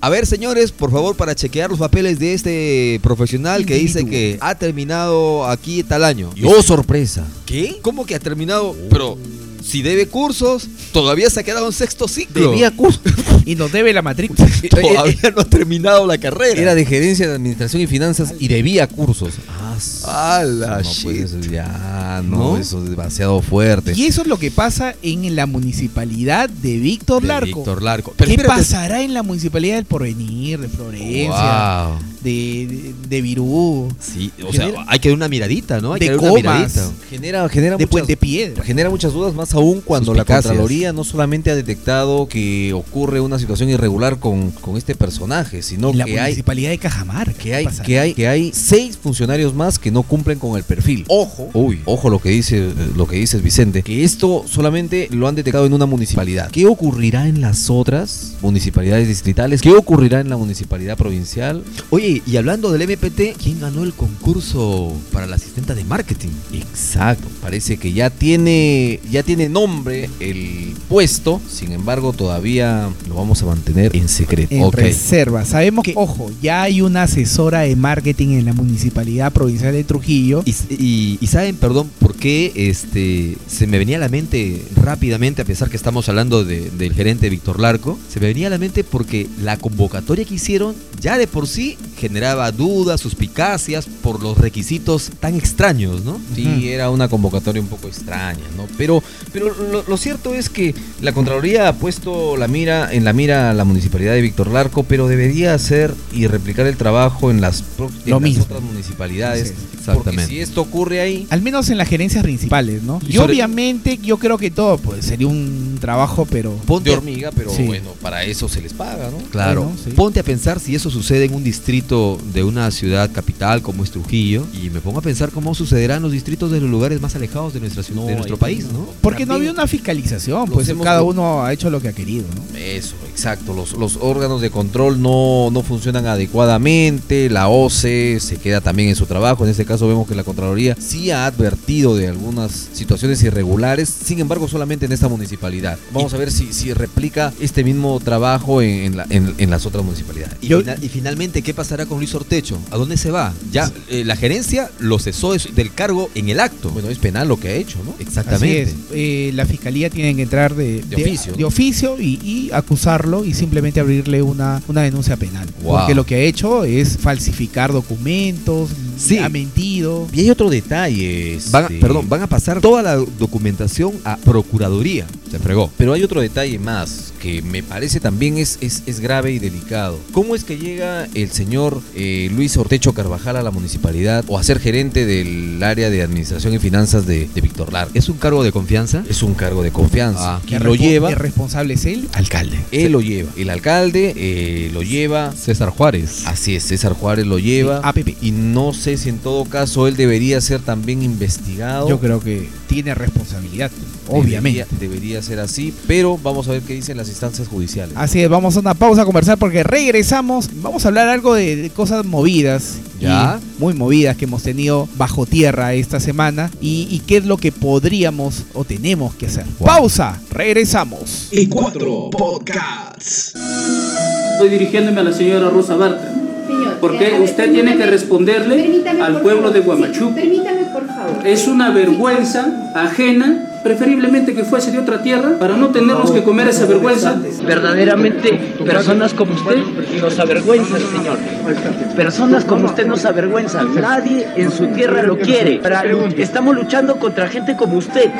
[SPEAKER 4] a ver, señores, por favor, para chequear los papeles de este profesional que dice que
[SPEAKER 2] Individuo.
[SPEAKER 4] ha terminado aquí tal año.
[SPEAKER 3] Y oh, sorpresa.
[SPEAKER 4] ¿Qué? ¿Cómo que ha terminado? Pero si debe cursos, todavía se ha quedado en sexto ciclo. [LAUGHS]
[SPEAKER 3] Debía curso.
[SPEAKER 2] [LAUGHS] Y nos debe la
[SPEAKER 3] [LAUGHS]
[SPEAKER 2] matrícula. Eh,
[SPEAKER 4] Todavía no ha terminado la carrera.
[SPEAKER 3] Era de gerencia de administración y finanzas y debía cursos. Ah, Ah, la
[SPEAKER 4] No,
[SPEAKER 3] shit.
[SPEAKER 4] pues,
[SPEAKER 3] ya,
[SPEAKER 4] no,
[SPEAKER 3] no, eso es demasiado fuerte.
[SPEAKER 2] Y eso es lo que pasa en la municipalidad de Víctor
[SPEAKER 4] De
[SPEAKER 2] Larco.
[SPEAKER 4] Víctor Larco.
[SPEAKER 2] ¿Qué
[SPEAKER 4] espérate.
[SPEAKER 2] pasará en la municipalidad del Porvenir, de Florencia,
[SPEAKER 4] Wow.
[SPEAKER 2] de, de, de Virú,
[SPEAKER 4] Sí, o
[SPEAKER 2] Genera-
[SPEAKER 4] sea, hay que dar una miradita, ¿no? Hay
[SPEAKER 2] De
[SPEAKER 4] que dar una
[SPEAKER 2] comas.
[SPEAKER 4] miradita.
[SPEAKER 3] Genera, genera
[SPEAKER 2] de
[SPEAKER 3] muchas-
[SPEAKER 2] Puente Piedra?
[SPEAKER 3] Genera muchas dudas, más aún cuando la
[SPEAKER 4] Suspicacias.
[SPEAKER 3] Contraloría no solamente ha detectado que ocurre una situación irregular con, con este personaje, sino
[SPEAKER 2] en la
[SPEAKER 3] que hay,
[SPEAKER 2] municipalidad de Cajamarca.
[SPEAKER 3] que, hay,
[SPEAKER 2] ¿Qué
[SPEAKER 3] que, hay, que hay seis funcionarios más que no cumplen con el perfil.
[SPEAKER 2] Ojo.
[SPEAKER 3] Uy, ojo lo que dice lo que dices Vicente, que esto solamente lo han detectado en una municipalidad. ¿Qué ocurrirá en las otras municipalidades distritales? ¿Qué ocurrirá en la municipalidad provincial?
[SPEAKER 4] Oye, y hablando del MPT, ¿quién ganó el concurso para la asistenta de marketing?
[SPEAKER 3] Exacto, parece que ya tiene ya tiene nombre el puesto, sin embargo, todavía lo vamos a mantener en secreto.
[SPEAKER 2] En
[SPEAKER 3] Ok.
[SPEAKER 2] reserva. Sabemos que, ojo, ya hay una asesora de marketing en la municipalidad provincial de Trujillo.
[SPEAKER 4] Y, y- y saben, perdón, por qué este, se me venía a la mente rápidamente, a pesar que estamos hablando de- del gerente Víctor Larco, se me venía a la mente porque la convocatoria que hicieron ya de por sí generaba dudas, suspicacias por los requisitos tan extraños, ¿no?
[SPEAKER 3] Sí, era una convocatoria un poco extraña, ¿no? Pero, pero lo, lo cierto es que la Contraloría ha puesto la mira, en la mira a la municipalidad de Víctor Larco, pero debería hacer y replicar el trabajo en las, pro- en
[SPEAKER 2] Lo
[SPEAKER 3] las
[SPEAKER 2] mismo.
[SPEAKER 3] otras municipalidades.
[SPEAKER 2] Sí,
[SPEAKER 3] Porque
[SPEAKER 4] exactamente.
[SPEAKER 3] si esto ocurre ahí,
[SPEAKER 2] Al menos en las gerencias principales, ¿no?
[SPEAKER 4] Y
[SPEAKER 2] Y,
[SPEAKER 4] sobre-
[SPEAKER 2] obviamente yo creo que todo pues, sería un trabajo, pero...
[SPEAKER 4] Ponte
[SPEAKER 3] ponte
[SPEAKER 4] a-
[SPEAKER 3] hormiga, pero
[SPEAKER 2] Sí.
[SPEAKER 3] bueno, para eso se les paga, ¿no?
[SPEAKER 4] Claro,
[SPEAKER 2] Bueno, sí.
[SPEAKER 4] ponte a pensar si eso sucede en un distrito de una ciudad capital como es Trujillo y me pongo a pensar cómo sucederá en los distritos de los lugares más alejados de, nuestra ciudad,
[SPEAKER 3] No,
[SPEAKER 4] de nuestro
[SPEAKER 3] ahí
[SPEAKER 4] país,
[SPEAKER 3] no.
[SPEAKER 4] ¿no?
[SPEAKER 2] Porque no
[SPEAKER 3] También-
[SPEAKER 2] había una fiscalización,
[SPEAKER 3] Los
[SPEAKER 2] pues
[SPEAKER 3] hemos-
[SPEAKER 2] cada uno ha hecho lo que ha querido, ¿no?
[SPEAKER 3] Eso, exacto. Los, los órganos de control no, no funcionan adecuadamente. La OCE se queda también en su trabajo. En este caso vemos que la Contraloría sí ha advertido de algunas situaciones irregulares. Sin embargo, solamente en esta municipalidad. Vamos a ver si, si replica este mismo trabajo en, en la- en- en las otras municipalidades.
[SPEAKER 4] Y,
[SPEAKER 2] Yo-
[SPEAKER 4] fina- y finalmente, ¿qué pasará con Luis Ortecho? ¿A dónde se va? Ya eh, la gerencia lo cesó de su- del cargo en el acto.
[SPEAKER 3] Bueno, es penal lo que ha hecho, ¿no?
[SPEAKER 4] Exactamente.
[SPEAKER 2] Así es. Eh, la fiscalía tiene que entrar de,
[SPEAKER 3] De oficio.
[SPEAKER 2] de oficio y, y acusarlo y simplemente abrirle una, una denuncia penal.
[SPEAKER 4] Wow.
[SPEAKER 2] Porque lo que ha hecho es falsificar documentos,
[SPEAKER 4] Sí.
[SPEAKER 2] ha mentido.
[SPEAKER 3] Y hay otro detalle.
[SPEAKER 4] Van a-
[SPEAKER 3] este,
[SPEAKER 4] Perdón, van a pasar toda la documentación a Procuraduría. Se fregó.
[SPEAKER 3] Pero hay otro detalle más que me parece también es, es, es grave y delicado. ¿Cómo es que llega el señor eh, Luis Ortecho Carvajal a la municipalidad o a ser gerente del área de administración y finanzas de, de Víctor Lar?
[SPEAKER 4] ¿Es un cargo de confianza?
[SPEAKER 3] Es un cargo de confianza.
[SPEAKER 4] Ah.
[SPEAKER 3] Quien
[SPEAKER 2] ¿Qué
[SPEAKER 3] lo
[SPEAKER 2] respo-
[SPEAKER 3] lleva,
[SPEAKER 2] qué responsable es él? Alcalde.
[SPEAKER 3] él lo lleva. El alcalde eh, lo lleva.
[SPEAKER 4] César Juárez. ah.
[SPEAKER 3] Así es, César Juárez lo lleva.
[SPEAKER 2] APP.
[SPEAKER 3] Y no sé si en todo caso él debería ser también investigado.
[SPEAKER 2] Yo creo que tiene responsabilidad, obviamente.
[SPEAKER 3] Debería, debería ser así, pero vamos a ver qué dicen las instancias judiciales.
[SPEAKER 2] Así es, vamos a una pausa a conversar porque regresamos. Vamos a hablar algo de, de cosas movidas.
[SPEAKER 4] Ya.
[SPEAKER 2] y muy movidas que hemos tenido bajo tierra esta semana. Y, y qué es lo que podríamos o tenemos que hacer.
[SPEAKER 4] Wow.
[SPEAKER 2] Pausa, regresamos.
[SPEAKER 1] Y cuatro podcasts.
[SPEAKER 9] Estoy dirigiéndome a la señora Rosa Barca,
[SPEAKER 10] Señor,
[SPEAKER 9] porque
[SPEAKER 10] eh, a ver,
[SPEAKER 9] usted tiene que
[SPEAKER 10] permítame-
[SPEAKER 9] responderle
[SPEAKER 10] permítame,
[SPEAKER 9] al
[SPEAKER 10] por
[SPEAKER 9] pueblo de
[SPEAKER 10] favor. Sí,
[SPEAKER 9] Guamachuco.
[SPEAKER 10] permítame, por favor.
[SPEAKER 9] Es una vergüenza ajena, preferiblemente que fuese de otra tierra, para no tenernos que comer esa vergüenza.
[SPEAKER 11] Verdaderamente, personas como usted nos avergüenzan, señor. Personas como usted nos avergüenzan. Nadie en su tierra lo quiere. Para- Estamos luchando contra gente como usted.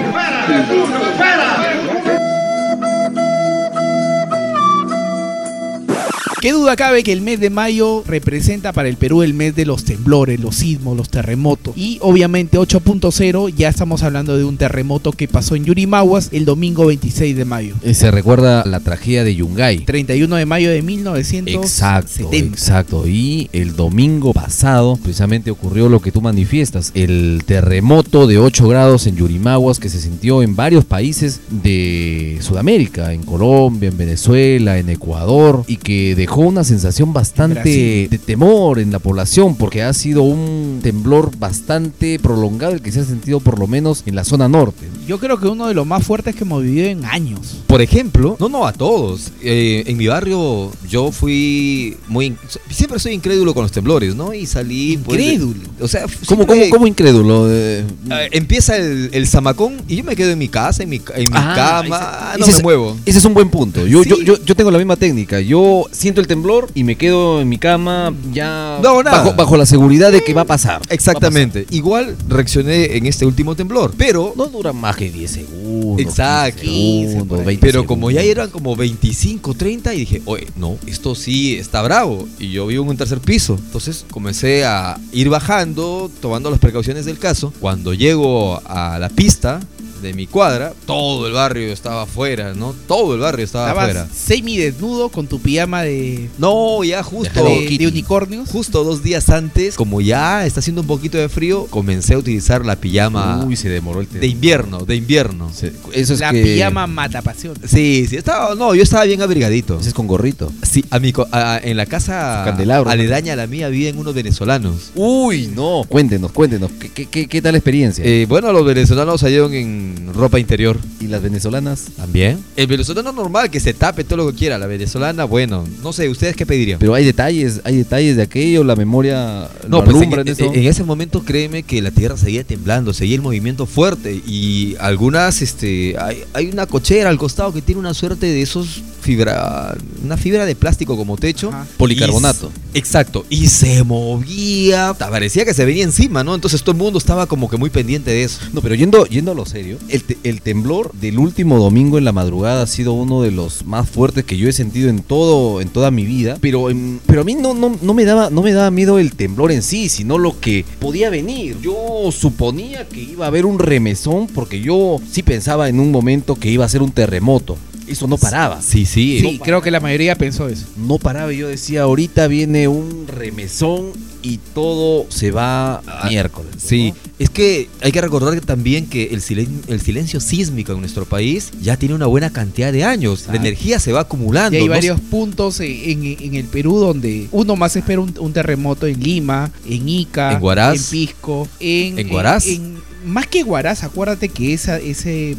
[SPEAKER 2] ¿Qué duda cabe que el mes de mayo representa para el Perú el mes de los temblores, los sismos, los terremotos? Y obviamente 8.0, ya estamos hablando de un terremoto que pasó en Yurimaguas el domingo 26 de mayo.
[SPEAKER 3] Eh, Se recuerda la tragedia de Yungay.
[SPEAKER 2] 31 de mayo de 1970.
[SPEAKER 3] Exacto, exacto. Y el domingo pasado precisamente ocurrió lo que tú manifiestas, el terremoto de 8 grados en Yurimaguas que se sintió en varios países de Sudamérica, en Colombia, en Venezuela, en Ecuador, y que dejó una sensación bastante
[SPEAKER 2] Brasil.
[SPEAKER 3] de temor en la población porque ha sido un temblor bastante prolongado el que se ha sentido por lo menos en la zona norte.
[SPEAKER 2] Yo creo que uno de los más fuertes que hemos vivido en años.
[SPEAKER 4] Por ejemplo, no, no, a todos. Eh, en mi barrio yo fui muy... in- Siempre soy incrédulo con los temblores, ¿no? Y salí... pues, de-
[SPEAKER 2] Crédulo.
[SPEAKER 4] o sea,
[SPEAKER 3] ¿Cómo, cómo,
[SPEAKER 4] siempre-
[SPEAKER 3] cómo incrédulo? Eh,
[SPEAKER 4] eh, empieza el, el zamacón y yo me quedo en mi casa, en mi, ca- en mi
[SPEAKER 3] Ah,
[SPEAKER 4] cama, ah, no
[SPEAKER 3] ese
[SPEAKER 4] me
[SPEAKER 3] es-
[SPEAKER 4] muevo.
[SPEAKER 3] Ese es un buen punto. Yo,
[SPEAKER 4] Sí.
[SPEAKER 3] yo, yo, yo tengo la misma técnica. Yo siento el temblor y me quedo en mi cama ya
[SPEAKER 4] No hago nada. Eh,
[SPEAKER 3] bajo, bajo la seguridad de que va a pasar.
[SPEAKER 4] Exactamente. Igual reaccioné en este último temblor, pero...
[SPEAKER 3] No dura más que 10 segundos.
[SPEAKER 4] Exacto.
[SPEAKER 3] 15 segundos, 20
[SPEAKER 4] Pero como ya
[SPEAKER 3] segundos.
[SPEAKER 4] eran como 25, 30 y dije, oye, no, esto sí está bravo. Y yo vivo en un tercer piso. Entonces comencé a ir bajando, tomando las precauciones del caso. Cuando llego a la pista de mi cuadra, todo el barrio estaba afuera, ¿no? Todo el barrio estaba afuera.
[SPEAKER 2] Estabas semidesnudo con tu pijama de,
[SPEAKER 4] No, ya
[SPEAKER 2] de,
[SPEAKER 4] justo...
[SPEAKER 2] de unicornios.
[SPEAKER 4] Justo dos días antes, como ya está haciendo un poquito de frío, comencé a utilizar la pijama
[SPEAKER 3] Uy, se demoró el
[SPEAKER 4] de
[SPEAKER 3] tiempo.
[SPEAKER 4] invierno, de invierno. Sí.
[SPEAKER 3] Se- Eso es
[SPEAKER 2] la
[SPEAKER 3] que-
[SPEAKER 2] pijama mata pasión.
[SPEAKER 4] sí, estaba, no, yo estaba bien abrigadito.
[SPEAKER 3] Ese es con gorrito.
[SPEAKER 4] Sí, a mi co- a- en la casa
[SPEAKER 3] Su candelabro.
[SPEAKER 4] aledaña a la mía viven unos venezolanos.
[SPEAKER 3] Uy, no. Cuéntenos, cuéntenos. ¿Qué, qué, qué, qué tal la experiencia?
[SPEAKER 4] Eh, bueno, los venezolanos salieron en ropa interior.
[SPEAKER 3] ¿Y las venezolanas?
[SPEAKER 4] También. El venezolano normal, que se tape todo lo que quiera. La venezolana, bueno, no sé, ¿ustedes qué pedirían?
[SPEAKER 3] Pero hay detalles, hay detalles de aquello, la memoria
[SPEAKER 4] No,
[SPEAKER 3] no,
[SPEAKER 4] pues en,
[SPEAKER 3] alumbra en, eso.
[SPEAKER 4] en- en ese momento créeme que la tierra seguía temblando, seguía el movimiento fuerte y algunas, este, hay, hay una cochera al costado que tiene una suerte de esos fibra, una fibra de plástico como techo,
[SPEAKER 2] Ajá.
[SPEAKER 3] Policarbonato.
[SPEAKER 4] Y s- exacto, y se movía, ta- parecía que se venía encima, ¿no? Entonces todo el mundo estaba como que muy pendiente de eso.
[SPEAKER 3] No, pero yendo, yendo a lo serio, el, te- el temblor del último domingo en la madrugada ha sido uno de los más fuertes que yo he sentido en todo, en toda mi vida. Pero, em, pero a mí no, no, no me daba, no me daba miedo el temblor en sí, sino lo que podía venir. Yo suponía que iba a haber un remesón, porque yo sí pensaba en un momento que iba a ser un terremoto. Eso no paraba.
[SPEAKER 4] Sí, sí.
[SPEAKER 2] Sí, creo que la mayoría pensó eso.
[SPEAKER 3] no paraba y yo decía, ahorita viene un remesón y todo se va a miércoles. ¿no?
[SPEAKER 4] Ah, Sí, es que hay que recordar que también que el, silen- el silencio sísmico en nuestro país ya tiene una buena cantidad de años. La energía se va acumulando.
[SPEAKER 2] Y hay
[SPEAKER 4] no
[SPEAKER 2] varios puntos en, en- en el Perú donde uno más espera un, un terremoto en Lima, en Ica,
[SPEAKER 4] En Huaraz.
[SPEAKER 2] Pisco, en,
[SPEAKER 4] ¿En Huaraz?
[SPEAKER 2] en- más que Huaraz, acuérdate que esa, ese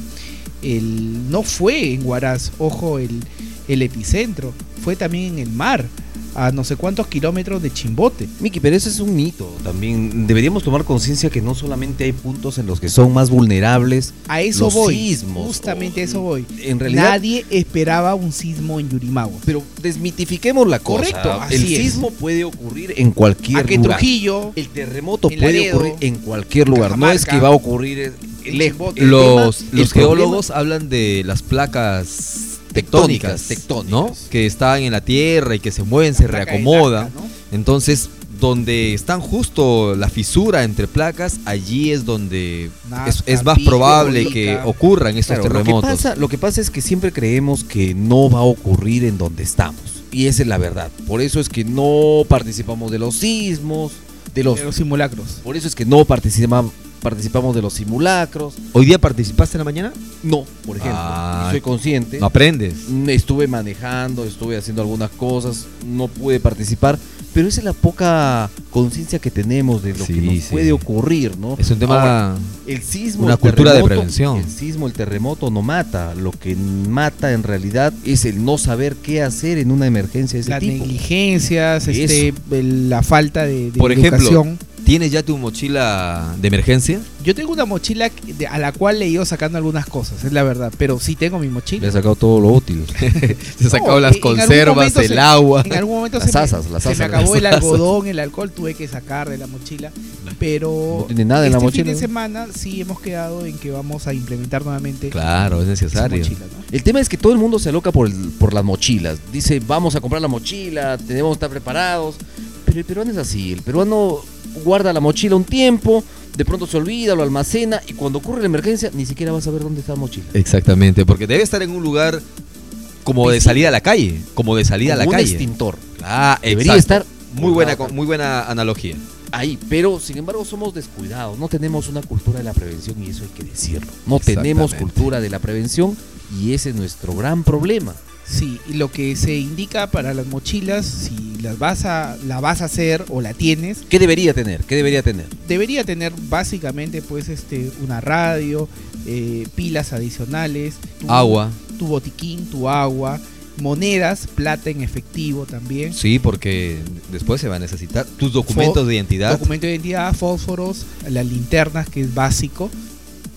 [SPEAKER 2] el, no fue en Huaraz, ojo, el, el epicentro, fue también en el mar, a no sé cuántos kilómetros de Chimbote.
[SPEAKER 3] Miki, pero eso es un mito también. Deberíamos tomar conciencia que no solamente hay puntos en los que son más vulnerables.
[SPEAKER 2] A eso
[SPEAKER 3] los
[SPEAKER 2] voy.
[SPEAKER 3] sismos,
[SPEAKER 2] justamente
[SPEAKER 3] o-
[SPEAKER 2] a eso voy.
[SPEAKER 3] En realidad,
[SPEAKER 2] Nadie esperaba un sismo en Yurimaguas.
[SPEAKER 3] pero desmitifiquemos la cosa.
[SPEAKER 2] Correcto,
[SPEAKER 3] El
[SPEAKER 2] así es.
[SPEAKER 3] sismo puede ocurrir en cualquier
[SPEAKER 2] A que
[SPEAKER 3] lugar.
[SPEAKER 2] Trujillo
[SPEAKER 3] El terremoto
[SPEAKER 2] en
[SPEAKER 3] puede
[SPEAKER 2] Laredo,
[SPEAKER 3] ocurrir en cualquier lugar. No es
[SPEAKER 2] Cajamarca,
[SPEAKER 3] que va a ocurrir
[SPEAKER 2] en
[SPEAKER 3] lejos.
[SPEAKER 2] Chimbote.
[SPEAKER 3] El
[SPEAKER 4] los,
[SPEAKER 3] tema-
[SPEAKER 4] los
[SPEAKER 3] el problema-
[SPEAKER 4] geólogos hablan de las placas tectónicas,
[SPEAKER 3] Tectónicas, tectónicas.
[SPEAKER 4] ¿no? Que están en la tierra y que se mueven, se
[SPEAKER 2] Placa de
[SPEAKER 4] reacomodan.
[SPEAKER 2] Nazca, ¿no?
[SPEAKER 4] Entonces, donde están justo la fisura entre placas, allí es donde es,
[SPEAKER 2] Nazca,
[SPEAKER 4] es más
[SPEAKER 2] Pico,
[SPEAKER 4] probable
[SPEAKER 2] Ica.
[SPEAKER 4] que ocurran estos
[SPEAKER 3] Claro, Lo que,
[SPEAKER 4] terremotos.
[SPEAKER 3] pasa, lo que pasa es que siempre creemos que no va a ocurrir en donde estamos. Y esa es la verdad. Por eso es que no participamos de los sismos, de los...
[SPEAKER 2] de los simulacros.
[SPEAKER 3] Por eso es que no participa- participamos de los simulacros.
[SPEAKER 4] ¿Hoy día participaste en la mañana?
[SPEAKER 3] No, por ejemplo.
[SPEAKER 4] Ah.
[SPEAKER 3] soy consciente.
[SPEAKER 4] No aprendes.
[SPEAKER 3] Mm, Estuve manejando, estuve haciendo algunas cosas, no pude participar. Pero esa es la poca conciencia que tenemos de lo
[SPEAKER 4] Sí,
[SPEAKER 3] que nos
[SPEAKER 4] sí.
[SPEAKER 3] puede ocurrir, ¿no?
[SPEAKER 4] Es un tema...
[SPEAKER 3] Ahora, el sismo,
[SPEAKER 4] Una
[SPEAKER 3] el
[SPEAKER 4] cultura de
[SPEAKER 3] terremoto,
[SPEAKER 4] prevención.
[SPEAKER 3] El sismo, el terremoto no mata. Lo que mata en realidad es el no saber qué hacer en una emergencia de ese
[SPEAKER 2] las
[SPEAKER 3] tipo.
[SPEAKER 2] negligencias,
[SPEAKER 3] Eso.
[SPEAKER 2] este, el- la falta de, de
[SPEAKER 4] Por ejemplo.
[SPEAKER 2] educación.
[SPEAKER 4] ¿Tienes ya tu mochila de emergencia?
[SPEAKER 2] Yo tengo una mochila que- de- a la cual le he ido sacando algunas cosas, es la verdad, pero sí tengo mi
[SPEAKER 3] Le [LAUGHS]
[SPEAKER 2] mochila.
[SPEAKER 3] ha sacado todo lo útil.
[SPEAKER 4] [LAUGHS] Se
[SPEAKER 2] No,
[SPEAKER 4] sacado
[SPEAKER 2] en-
[SPEAKER 4] las
[SPEAKER 2] en algún
[SPEAKER 4] conservas,
[SPEAKER 2] momento
[SPEAKER 4] el
[SPEAKER 2] se- [LAUGHS]
[SPEAKER 4] agua.
[SPEAKER 2] En algún momento
[SPEAKER 3] Las
[SPEAKER 2] se, me-
[SPEAKER 3] asas, las
[SPEAKER 2] se me,
[SPEAKER 3] asas,
[SPEAKER 2] acabó
[SPEAKER 4] las
[SPEAKER 2] el
[SPEAKER 4] asas.
[SPEAKER 2] algodón, el alcohol, tuve que sacar de la mochila, pero
[SPEAKER 3] No tiene nada en
[SPEAKER 2] este
[SPEAKER 3] la
[SPEAKER 2] fin de
[SPEAKER 3] mochila.
[SPEAKER 2] semana sí hemos quedado en que vamos a implementar nuevamente
[SPEAKER 4] Claro, es
[SPEAKER 2] esa
[SPEAKER 4] necesario.
[SPEAKER 2] mochila. ¿no?
[SPEAKER 3] El tema es que todo el mundo se aloca por, el- por las mochilas. Dice, vamos a comprar la mochila, tenemos que estar preparados. Pero el peruano es así. El peruano guarda la mochila un tiempo, de pronto se olvida, lo almacena y cuando ocurre la emergencia ni siquiera va a saber dónde está la mochila.
[SPEAKER 4] Exactamente, porque debe estar en un lugar como de salida a la calle, como de salida a la
[SPEAKER 3] Como un
[SPEAKER 4] calle.
[SPEAKER 3] extintor.
[SPEAKER 4] Ah,
[SPEAKER 3] Debería
[SPEAKER 4] exacto.
[SPEAKER 3] estar
[SPEAKER 4] muy buena co- muy buena analogía.
[SPEAKER 3] ahí, pero sin embargo somos descuidados, no tenemos una cultura de la prevención y eso hay que decirlo. No
[SPEAKER 4] Exactamente.
[SPEAKER 3] tenemos cultura de la prevención y ese es nuestro gran problema.
[SPEAKER 2] Sí, y lo que se indica para las mochilas, si las vas a, la vas a hacer o la tienes,
[SPEAKER 3] ¿Qué debería tener? ¿Qué debería tener?
[SPEAKER 2] debería tener básicamente pues este una radio, eh, pilas adicionales, tu-
[SPEAKER 4] Agua.
[SPEAKER 2] tu botiquín, tu agua, monedas, plata en efectivo también,
[SPEAKER 4] Sí, porque después se va a necesitar tus documentos
[SPEAKER 2] Fo-
[SPEAKER 4] de identidad.
[SPEAKER 2] documento de identidad, fósforos, las linternas que es básico.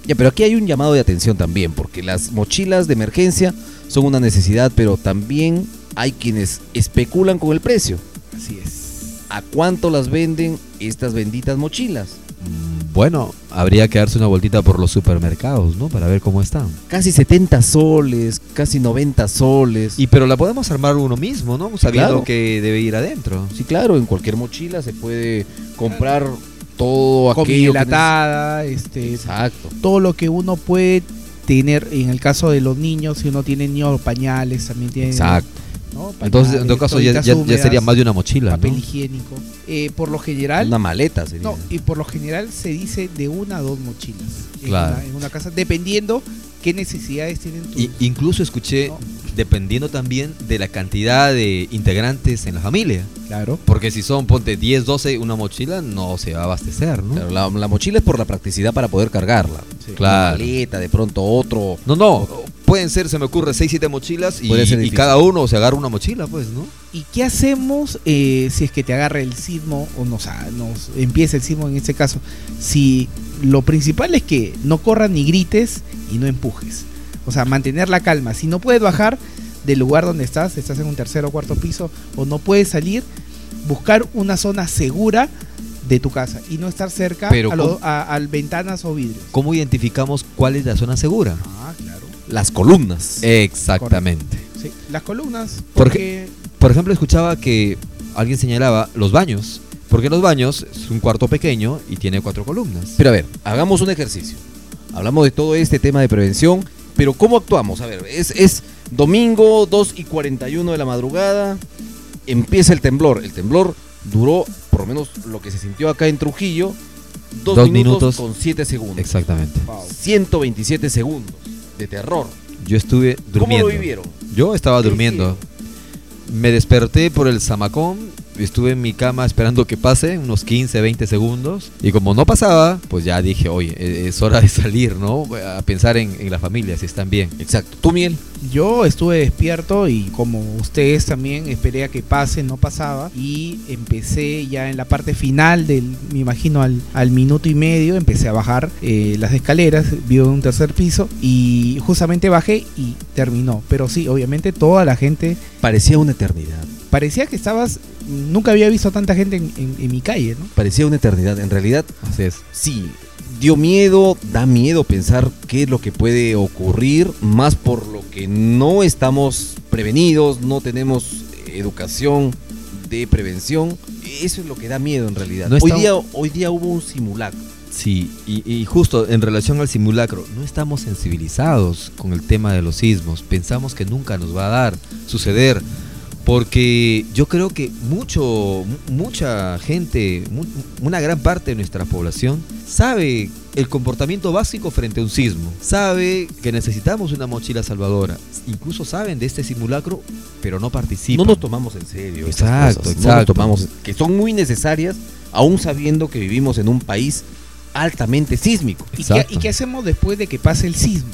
[SPEAKER 3] Ya, pero aquí hay un llamado de atención también, porque las mochilas de emergencia son una necesidad, pero también hay quienes especulan con el precio.
[SPEAKER 2] Así es.
[SPEAKER 3] ¿A cuánto las venden estas benditas mochilas?
[SPEAKER 4] mm, Bueno, habría que darse una vueltita por los supermercados, ¿no? Para ver cómo están.
[SPEAKER 3] Casi 70 soles, casi 90 soles.
[SPEAKER 4] Y pero la podemos armar uno mismo, ¿no? Sabiendo
[SPEAKER 3] Claro.
[SPEAKER 4] que debe ir adentro.
[SPEAKER 3] sí, claro, en cualquier mochila se puede comprar todo
[SPEAKER 2] Comida
[SPEAKER 3] aquello. que
[SPEAKER 2] enlatada, este,
[SPEAKER 3] neces- Exacto.
[SPEAKER 2] todo lo que uno puede tener en el caso de los niños, si uno tiene niños, pañales, también tiene
[SPEAKER 3] Exacto.
[SPEAKER 2] ¿no?
[SPEAKER 4] Entonces, en todo
[SPEAKER 2] Pañales,
[SPEAKER 4] caso, ya,
[SPEAKER 2] toallitas
[SPEAKER 4] ya- ya
[SPEAKER 2] húmedas,
[SPEAKER 4] sería más de una mochila,
[SPEAKER 2] papel
[SPEAKER 4] ¿no?
[SPEAKER 2] higiénico. Eh, por lo general,
[SPEAKER 3] Una maleta sería.
[SPEAKER 2] no, y por lo general se dice de una a dos mochilas en,
[SPEAKER 4] Claro.
[SPEAKER 2] una, en una casa, dependiendo qué necesidades tienen tus,
[SPEAKER 4] Y- incluso escuché,
[SPEAKER 2] No.
[SPEAKER 4] dependiendo también de la cantidad de integrantes en la familia.
[SPEAKER 2] claro.
[SPEAKER 4] Porque si son, ponte 10, 12, una mochila no se va a abastecer, ¿no?
[SPEAKER 3] Claro, la, la mochila es por la practicidad para poder cargarla.
[SPEAKER 4] Claro.
[SPEAKER 3] Una maleta, de pronto otro.
[SPEAKER 4] No, no. Pueden ser, se me ocurre, 6, 7 mochilas y,
[SPEAKER 3] Puede ser
[SPEAKER 4] y
[SPEAKER 3] difícil.
[SPEAKER 4] cada uno se agarra una mochila, pues, ¿no?
[SPEAKER 2] ¿Y qué hacemos eh, si es que te agarra el sismo o nos, a- nos empieza el sismo en este caso? Si lo principal es que no corras ni grites y no empujes. O sea, mantener la calma. Si no puedes bajar del lugar donde estás, estás en un tercer o cuarto piso o no puedes salir, buscar una zona segura de tu casa y no estar cerca
[SPEAKER 4] Pero
[SPEAKER 2] a, lo-
[SPEAKER 4] ¿cómo?
[SPEAKER 2] a- a ventanas o vidrios.
[SPEAKER 4] ¿Cómo identificamos cuál es la zona segura?
[SPEAKER 2] Ah, claro.
[SPEAKER 3] Las columnas.
[SPEAKER 4] Exactamente.
[SPEAKER 2] Sí. Las columnas,
[SPEAKER 4] Por
[SPEAKER 2] porque
[SPEAKER 4] Por ejemplo, escuchaba que alguien señalaba los baños. Porque los baños es un cuarto pequeño y tiene cuatro columnas.
[SPEAKER 3] Pero a ver, hagamos un ejercicio. Hablamos de todo este tema de prevención, pero ¿cómo actuamos? A ver, es, es domingo 2 y 41 de la madrugada, empieza el temblor. El temblor duró, por lo menos lo que se sintió acá en Trujillo, 2
[SPEAKER 4] Dos
[SPEAKER 3] minutos,
[SPEAKER 4] minutos.
[SPEAKER 3] con 7 segundos.
[SPEAKER 4] Exactamente.
[SPEAKER 3] 127 segundos de terror.
[SPEAKER 4] Yo estuve durmiendo.
[SPEAKER 3] ¿Cómo lo vivieron?
[SPEAKER 4] Yo estaba
[SPEAKER 3] ¿Qué
[SPEAKER 4] durmiendo. Me desperté por el zamacón. Estuve en mi cama esperando que pase unos 15, 20 segundos. Y como no pasaba, pues ya dije, oye, eh, es hora de [LAUGHS] salir, ¿no? A pensar en, en la familia, si están bien.
[SPEAKER 3] Exacto. ¿Tú, Miel?
[SPEAKER 2] Yo estuve despierto y como ustedes también esperé a que pase, no pasaba. Y empecé ya en la parte final del, me imagino al, al minuto y medio, empecé a bajar eh, las escaleras, vivo en un tercer piso y justamente bajé y terminó. Pero sí, obviamente toda la gente,
[SPEAKER 3] Parecía una eternidad.
[SPEAKER 2] parecía que estabas, nunca había visto tanta gente en, en- en mi calle, ¿no?
[SPEAKER 3] Parecía una eternidad. En realidad,
[SPEAKER 4] Así es.
[SPEAKER 3] sí, dio miedo, da miedo pensar qué es lo que puede ocurrir, más por lo que no estamos prevenidos, no tenemos educación de prevención. Eso es lo que da miedo en realidad.
[SPEAKER 4] No
[SPEAKER 3] hoy,
[SPEAKER 4] estamos-
[SPEAKER 3] día, hoy día hubo un simulacro.
[SPEAKER 4] Sí, y, y justo en relación al simulacro, no estamos sensibilizados con el tema de los sismos. Pensamos que nunca nos va a dar, suceder. Porque yo creo que mucho, mu- mucha gente, mu- una gran parte de nuestra población sabe el comportamiento básico frente a un sismo. Sabe que necesitamos una mochila salvadora. Incluso saben de este simulacro, pero no participan.
[SPEAKER 3] no nos tomamos en serio. estas
[SPEAKER 4] Exacto,
[SPEAKER 3] cosas. No nos
[SPEAKER 4] exacto.
[SPEAKER 3] tomamos, que son muy necesarias, aún sabiendo que vivimos en un país altamente sísmico.
[SPEAKER 2] ¿Y qué,
[SPEAKER 4] Exacto.
[SPEAKER 2] y qué hacemos después de que pase el sismo?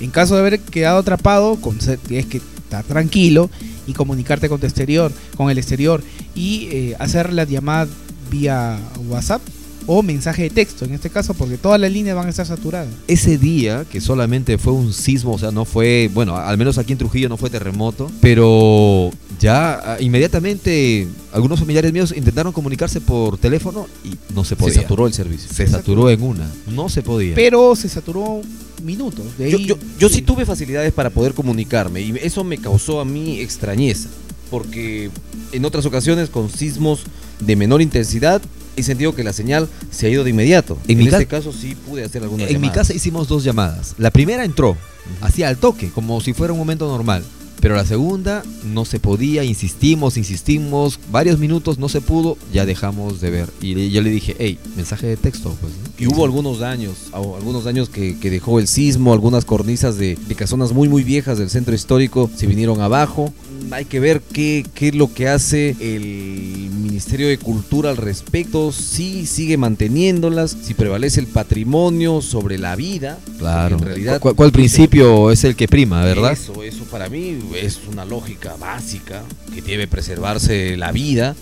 [SPEAKER 2] En caso de haber quedado atrapado, con, se- tienes que estar tranquilo y comunicarte con tu exterior, con el exterior y eh, hacer las llamadas vía WhatsApp o mensaje de texto en este caso, porque todas las líneas van a estar saturadas.
[SPEAKER 4] ese día, que solamente fue un sismo, o sea, no fue, bueno, al menos aquí en Trujillo no fue terremoto, pero ya ah, inmediatamente algunos familiares míos intentaron comunicarse por teléfono y no se podía.
[SPEAKER 3] Se saturó el servicio.
[SPEAKER 4] Se saturó en una, no se podía.
[SPEAKER 2] Pero se saturó minutos. De
[SPEAKER 3] Yo,
[SPEAKER 2] ahí-
[SPEAKER 3] yo- yo sí tuve facilidades para poder comunicarme y eso me causó a mí extrañeza, porque en otras ocasiones con sismos de menor intensidad he sentido que la señal se ha ido de inmediato.
[SPEAKER 4] En
[SPEAKER 3] En,
[SPEAKER 4] mi
[SPEAKER 3] este
[SPEAKER 4] ca-
[SPEAKER 3] caso sí pude hacer algunas
[SPEAKER 4] en mi
[SPEAKER 3] llamadas.
[SPEAKER 4] casa hicimos dos llamadas. La primera entró, hacía al toque, como si fuera un momento normal. Pero la segunda no se podía, insistimos, insistimos, varios minutos no se pudo, ya dejamos de ver. Y le- yo le dije, hey, mensaje de texto, pues. ¿no?
[SPEAKER 3] Y hubo algunos daños, o algunos daños que, que dejó el sismo, algunas cornisas de, de casonas muy muy viejas del centro histórico se vinieron abajo. Hay que ver qué, qué es lo que hace el Ministerio de Cultura al respecto, si sigue manteniéndolas, si prevalece el patrimonio sobre la vida.
[SPEAKER 4] Claro.
[SPEAKER 3] En realidad-
[SPEAKER 4] ¿Cuál, cuál principio es el que prima, verdad?
[SPEAKER 3] Eso, eso para mí es una lógica básica que debe preservarse la vida,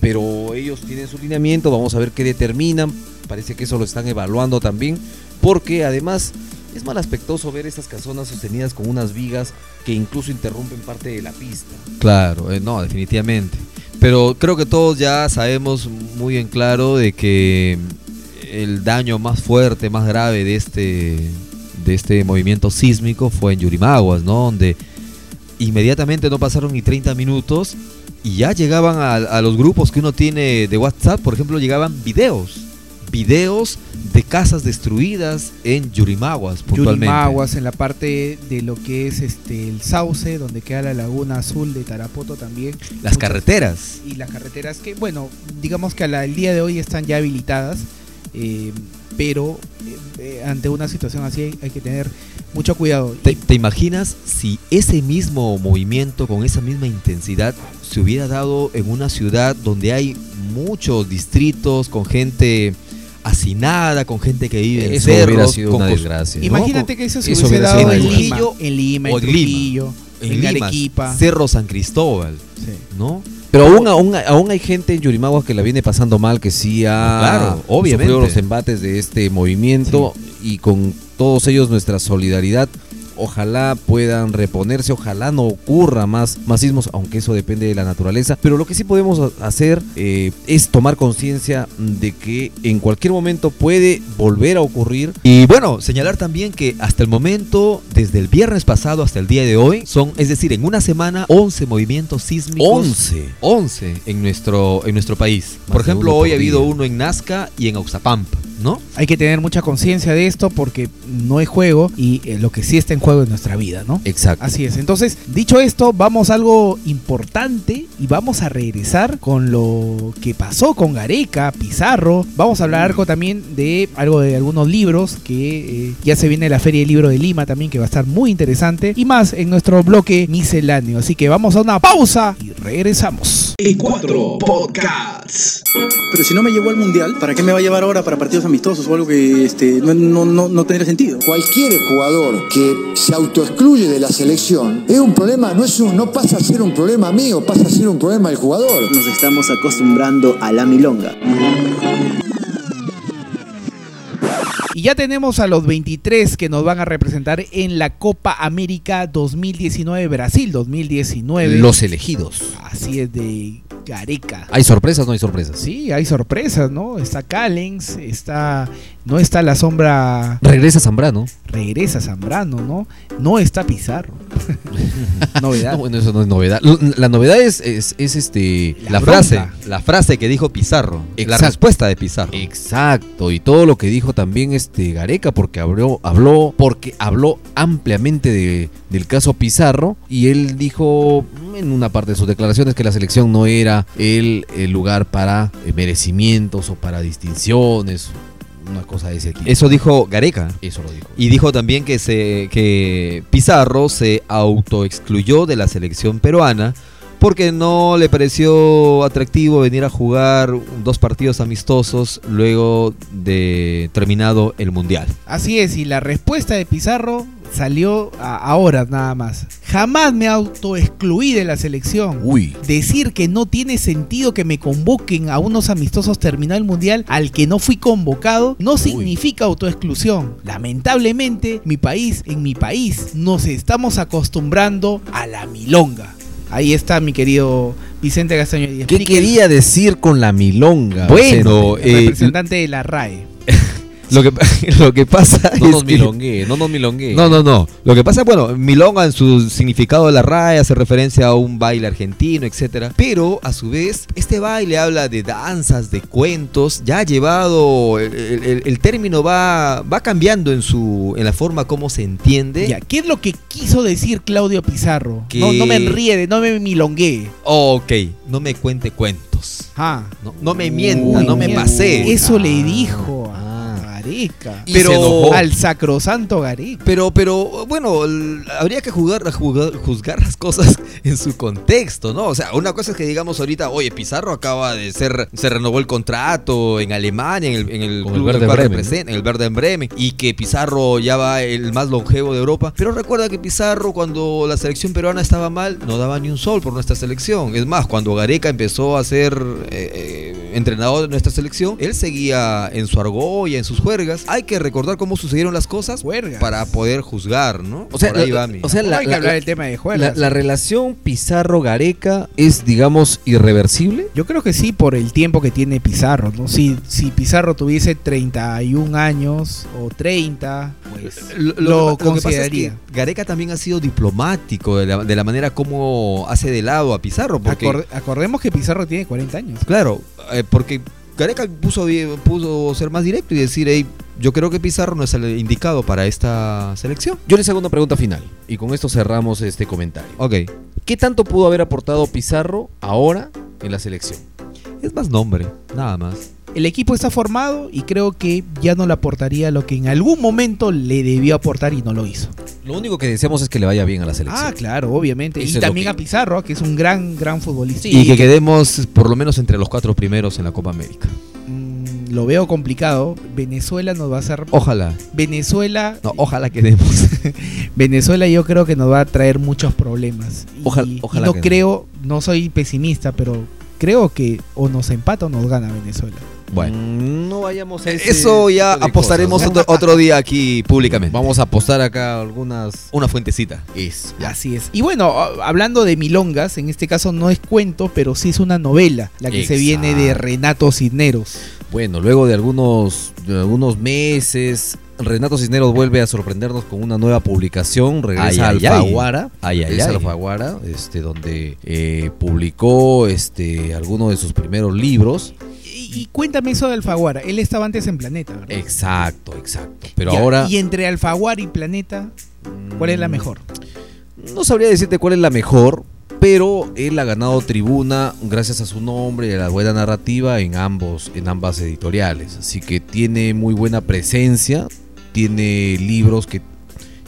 [SPEAKER 3] pero eh, ellos tienen su lineamiento, vamos a ver qué determinan, parece que eso lo están evaluando también, porque además es mal aspectoso ver estas casonas sostenidas con unas vigas que incluso interrumpen parte de la pista.
[SPEAKER 4] Claro, eh, no, definitivamente. Pero creo que todos ya sabemos muy en claro de que el daño más fuerte, más grave de este, de este movimiento sísmico fue en Yurimaguas, ¿no? Donde inmediatamente no pasaron ni 30 minutos y ya llegaban a, a los grupos que uno tiene de WhatsApp, por ejemplo, llegaban videos. Videos de casas destruidas en Yurimaguas, puntualmente.
[SPEAKER 2] Yurimaguas, en la parte de lo que es este el sauce, donde queda la laguna azul de Tarapoto también.
[SPEAKER 4] Las
[SPEAKER 2] Muchas-
[SPEAKER 4] carreteras.
[SPEAKER 2] Y las carreteras que, bueno, digamos que al día de hoy están ya habilitadas, eh, pero eh, eh, ante una situación así hay, hay que tener mucho cuidado.
[SPEAKER 4] ¿Te, te imaginas si ese mismo movimiento con esa misma intensidad se hubiera dado en una ciudad donde hay muchos distritos con gente hacinada, con gente que vive en
[SPEAKER 3] Eso
[SPEAKER 4] cerros,
[SPEAKER 3] hubiera sido
[SPEAKER 4] con
[SPEAKER 3] una
[SPEAKER 4] cos-
[SPEAKER 3] desgracia, ¿no?
[SPEAKER 2] Imagínate que eso se hubiese
[SPEAKER 4] hubiera
[SPEAKER 2] dado
[SPEAKER 4] sido
[SPEAKER 2] en
[SPEAKER 4] una
[SPEAKER 2] Lima,
[SPEAKER 4] desgracia.
[SPEAKER 2] en Lima, en
[SPEAKER 4] O en Lima.
[SPEAKER 2] Trujillo,
[SPEAKER 4] en,
[SPEAKER 2] en
[SPEAKER 4] Lima,
[SPEAKER 2] Arequipa.
[SPEAKER 4] Cerro San Cristóbal,
[SPEAKER 2] Sí.
[SPEAKER 4] ¿no?
[SPEAKER 3] Pero aún, aún, aún hay gente en Yurimaguas que la viene pasando mal, que sí ha
[SPEAKER 4] Claro, obviamente.
[SPEAKER 3] sufrido los embates de este movimiento y con todos ellos nuestra solidaridad. Ojalá puedan reponerse, ojalá no ocurra más, más sismos, aunque eso depende de la naturaleza. Pero lo que sí podemos ha- hacer eh, es tomar conciencia de que en cualquier momento puede volver a ocurrir
[SPEAKER 4] Y bueno, señalar también que hasta el momento, desde el viernes pasado hasta el día de hoy, son, es decir, en una semana, 11 movimientos sísmicos.
[SPEAKER 3] 11.
[SPEAKER 4] 11 en nuestro, en nuestro país.
[SPEAKER 3] Más
[SPEAKER 4] por
[SPEAKER 3] de
[SPEAKER 4] ejemplo,
[SPEAKER 3] uno
[SPEAKER 4] hoy
[SPEAKER 3] por
[SPEAKER 4] ha habido
[SPEAKER 3] día.
[SPEAKER 4] uno en Nazca y en Oxapampa, ¿no?
[SPEAKER 2] Hay que tener mucha conciencia de esto porque no es juego y eh, lo que sí está en juego es nuestra vida, ¿no?
[SPEAKER 3] Exacto.
[SPEAKER 2] Así es. Entonces, dicho esto, vamos a algo importante y vamos a regresar con lo que pasó con Gareca, Pizarro. Vamos a hablar algo también de algo de algunos libros que eh, ya se viene la Feria del Libro de Lima también que va a estar muy interesante y más en nuestro bloque misceláneo. Así que vamos a una pausa y regresamos.
[SPEAKER 1] Y cuatro podcasts.
[SPEAKER 10] Pero si no me llevó al mundial, ¿para qué me va a llevar ahora para partidos amistosos o algo que este, no, no, no, no tendría sentido?
[SPEAKER 12] Cualquier jugador que se autoexcluye de la selección es un problema, no, es un, no pasa a ser un problema mío, pasa a ser un problema del jugador.
[SPEAKER 13] Nos estamos acostumbrando a la milonga.
[SPEAKER 2] Y ya tenemos a los 23 que nos van a representar en la Copa América 2019 Brasil 2019.
[SPEAKER 3] Los elegidos.
[SPEAKER 2] Así es de Gareca.
[SPEAKER 3] ¿Hay sorpresas? No hay sorpresas.
[SPEAKER 2] Sí, hay sorpresas, ¿no? Está Callens, está no está la sombra
[SPEAKER 3] Regresa Zambrano.
[SPEAKER 2] regresa Zambrano, ¿no? No está Pizarro. Novedad.
[SPEAKER 3] No, bueno, eso no es [LAUGHS] novedad. Lo- La novedad es, es, es, este
[SPEAKER 4] La frase, la frase que dijo Pizarro,
[SPEAKER 3] Exacto.
[SPEAKER 4] la respuesta de Pizarro.
[SPEAKER 3] Exacto, y todo lo que dijo también este Gareca, porque habló, habló, porque habló ampliamente de- del caso Pizarro, y él dijo mm, en una parte de sus declaraciones que la selección no era el, el lugar para eh, merecimientos o para distinciones, una cosa de ese tipo.
[SPEAKER 4] Eso dijo Gareca.
[SPEAKER 3] Eso lo dijo.
[SPEAKER 4] Y dijo también que, se, que Pizarro se autoexcluyó de la selección peruana porque no le pareció atractivo venir a jugar dos partidos amistosos luego de terminado el Mundial.
[SPEAKER 2] Así es, y la respuesta de Pizarro salió a, a horas nada más. Jamás me autoexcluí de la selección.
[SPEAKER 3] Uy.
[SPEAKER 2] Decir que no tiene sentido que me convoquen a unos amistosos terminal el mundial al que no fui convocado no significa autoexclusión. Lamentablemente, mi país, en mi país, nos estamos acostumbrando a la milonga. Ahí está mi querido Vicente Castaño. Díaz.
[SPEAKER 3] ¿Qué quería decir con la milonga?
[SPEAKER 4] Bueno,
[SPEAKER 3] Vicente?
[SPEAKER 4] eh,
[SPEAKER 2] Representante de la RAE.
[SPEAKER 4] lo, que, [LAUGHS] lo que pasa
[SPEAKER 3] no
[SPEAKER 4] es
[SPEAKER 3] nos
[SPEAKER 4] que-
[SPEAKER 3] milongue, no nos milongue.
[SPEAKER 4] No, no, no. Lo que pasa, bueno, Milonga en su significado de la raya hace referencia a un baile argentino, etcétera. Pero, a su vez, este baile habla de danzas, de cuentos, ya ha llevado. El, el- el término va, va cambiando en su. en la forma como se entiende.
[SPEAKER 2] Ya, ¿Qué es lo que quiso decir Claudio Pizarro?
[SPEAKER 4] Que-
[SPEAKER 2] No, no me enríe, no me milonguee. Ah.
[SPEAKER 4] Ok, no me cuente cuentos.
[SPEAKER 2] Ajá.
[SPEAKER 4] No, no me mienta,
[SPEAKER 2] Uy,
[SPEAKER 4] no me
[SPEAKER 2] mierda.
[SPEAKER 4] pase.
[SPEAKER 2] Eso le dijo a Gareca.
[SPEAKER 4] Y se enojó.
[SPEAKER 2] al sacrosanto Gareca.
[SPEAKER 4] Pero, pero bueno, el- habría que jugar, jugar- juzgar las cosas [LAUGHS] en su contexto, ¿no? O sea, una cosa es que digamos ahorita, oye, Pizarro acaba de ser, se renovó el contrato en Alemania, en el, en el
[SPEAKER 3] Con el
[SPEAKER 4] club
[SPEAKER 3] Werder
[SPEAKER 4] del cual
[SPEAKER 3] Bremen,
[SPEAKER 4] representa, en el Werder Bremen, y que Pizarro ya va el más longevo de Europa. Pero recuerda que Pizarro, cuando la selección peruana estaba mal, no daba ni un sol por nuestra selección. Es más, cuando Gareca empezó a ser eh, eh, entrenador de nuestra selección, él seguía en su argolla, en sus juergas. Hay que recordar cómo sucedieron las cosas para poder juzgar, ¿no?
[SPEAKER 3] O sea,
[SPEAKER 4] Por ahí
[SPEAKER 3] la-
[SPEAKER 4] va mi-
[SPEAKER 3] o sea, la-
[SPEAKER 2] hay que
[SPEAKER 3] la-
[SPEAKER 2] hablar
[SPEAKER 3] la-
[SPEAKER 2] del tema de juegas.
[SPEAKER 3] La, la relación Pizarro-Gareca es, digamos, irreversible.
[SPEAKER 2] Yo creo que sí por el tiempo que tiene Pizarro, ¿no? Si, si Pizarro tuviese 31 años o 30, pues
[SPEAKER 4] que-
[SPEAKER 2] lo,
[SPEAKER 4] que pasa es
[SPEAKER 2] consideraría.
[SPEAKER 4] que Gareca también ha sido diplomático de la, de la manera como hace de lado a Pizarro. Porque,
[SPEAKER 2] Acor- acordemos que Pizarro tiene 40 años.
[SPEAKER 4] Claro, eh, porque Gareca puso, bien- puso ser más directo y decir, "Ey, yo creo que Pizarro no es el indicado para esta selección.
[SPEAKER 3] Yo les hago una pregunta final y con esto cerramos este comentario.
[SPEAKER 4] Ok.
[SPEAKER 3] ¿Qué tanto pudo haber aportado Pizarro ahora en la selección?
[SPEAKER 4] Es más nombre, nada más.
[SPEAKER 2] El equipo está formado y creo que ya no le aportaría lo que en algún momento le debió aportar y no lo hizo.
[SPEAKER 3] Lo único que deseamos es que le vaya bien a la selección.
[SPEAKER 2] Ah, claro, obviamente.
[SPEAKER 3] Eso
[SPEAKER 2] Y
[SPEAKER 3] es lo
[SPEAKER 2] también a Pizarro, que es un gran, gran futbolista.
[SPEAKER 4] y que quedemos por lo menos entre los cuatro primeros en la Copa América.
[SPEAKER 2] mm, Lo veo complicado. Venezuela nos va a hacer...
[SPEAKER 4] Ojalá.
[SPEAKER 2] Venezuela...
[SPEAKER 4] No, ojalá quedemos. [LAUGHS]
[SPEAKER 2] Venezuela yo creo que nos va a traer muchos problemas. Y-
[SPEAKER 3] Ojalá-
[SPEAKER 2] y
[SPEAKER 3] ojalá
[SPEAKER 2] no
[SPEAKER 3] que no.
[SPEAKER 2] creo, no soy pesimista, pero creo que o nos empata o nos gana Venezuela.
[SPEAKER 4] Bueno.
[SPEAKER 3] Mm, No vayamos a ese
[SPEAKER 4] Eso ya
[SPEAKER 3] tipo de
[SPEAKER 4] apostaremos
[SPEAKER 3] cosas, ¿no?
[SPEAKER 4] otro, otro día aquí públicamente.
[SPEAKER 3] Vamos a apostar acá algunas.
[SPEAKER 4] Una fuentecita.
[SPEAKER 3] Es.
[SPEAKER 2] Así es. Y bueno, a- hablando de milongas, en este caso no es cuento, pero sí es una novela, la que se viene de
[SPEAKER 3] Exacto.
[SPEAKER 2] Renato Cisneros.
[SPEAKER 3] Bueno, luego de algunos, de algunos meses, Renato Cisneros vuelve a sorprendernos con una nueva publicación. Regresa
[SPEAKER 4] Ay, ay,
[SPEAKER 3] al Alfaguara.
[SPEAKER 4] ay. Ay, ay,
[SPEAKER 3] Regresa a
[SPEAKER 4] ay.
[SPEAKER 3] Alfaguara, este, donde eh, publicó este, algunos de sus primeros libros.
[SPEAKER 2] Y, y cuéntame eso de Alfaguara. Él estaba antes en Planeta, ¿verdad?
[SPEAKER 3] Exacto, exacto. Eh, Pero
[SPEAKER 2] Ya,
[SPEAKER 3] ahora Mm.
[SPEAKER 2] Y entre Alfaguara y Planeta, ¿cuál es la mejor?
[SPEAKER 3] no sabría decirte cuál es la mejor, pero él ha ganado tribuna gracias a su nombre y a la buena narrativa en ambos, en ambas editoriales. Así que tiene muy buena presencia, tiene libros que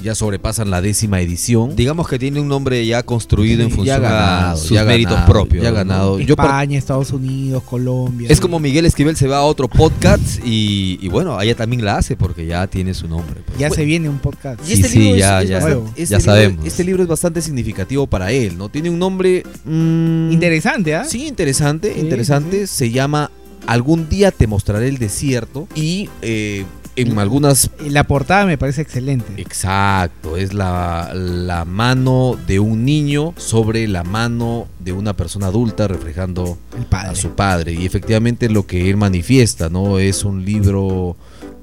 [SPEAKER 3] ya sobrepasan la décima edición.
[SPEAKER 4] Digamos que tiene un nombre ya construido en
[SPEAKER 3] Ya
[SPEAKER 4] función a
[SPEAKER 3] ganado,
[SPEAKER 4] sus
[SPEAKER 3] ya
[SPEAKER 4] méritos
[SPEAKER 3] ganado,
[SPEAKER 4] propios.
[SPEAKER 3] ya
[SPEAKER 4] ¿no?
[SPEAKER 3] ganado. Yo par-
[SPEAKER 2] España, Estados Unidos, Colombia.
[SPEAKER 4] Es como Miguel Esquivel se va a otro podcast y, y bueno, ella también la hace porque ya tiene su nombre. pues.
[SPEAKER 2] Ya se viene un podcast.
[SPEAKER 3] Y este
[SPEAKER 4] Sí, sí,
[SPEAKER 3] libro es-
[SPEAKER 4] ya,
[SPEAKER 3] es
[SPEAKER 4] ya.
[SPEAKER 3] bastante-
[SPEAKER 4] Nuevo.
[SPEAKER 3] este
[SPEAKER 4] Ya
[SPEAKER 3] libro-
[SPEAKER 4] sabemos.
[SPEAKER 3] Este libro es bastante significativo para él, ¿no? Tiene un nombre mm,
[SPEAKER 2] Interesante, ¿ah?
[SPEAKER 3] Sí, interesante,
[SPEAKER 2] Sí,
[SPEAKER 3] interesante. Se llama Algún día te mostraré el desierto y eh, en algunas...
[SPEAKER 2] La portada me parece excelente.
[SPEAKER 3] Exacto, es la, la mano de un niño sobre la mano de una persona adulta reflejando a su padre. Y efectivamente lo que él manifiesta, ¿no? Es un libro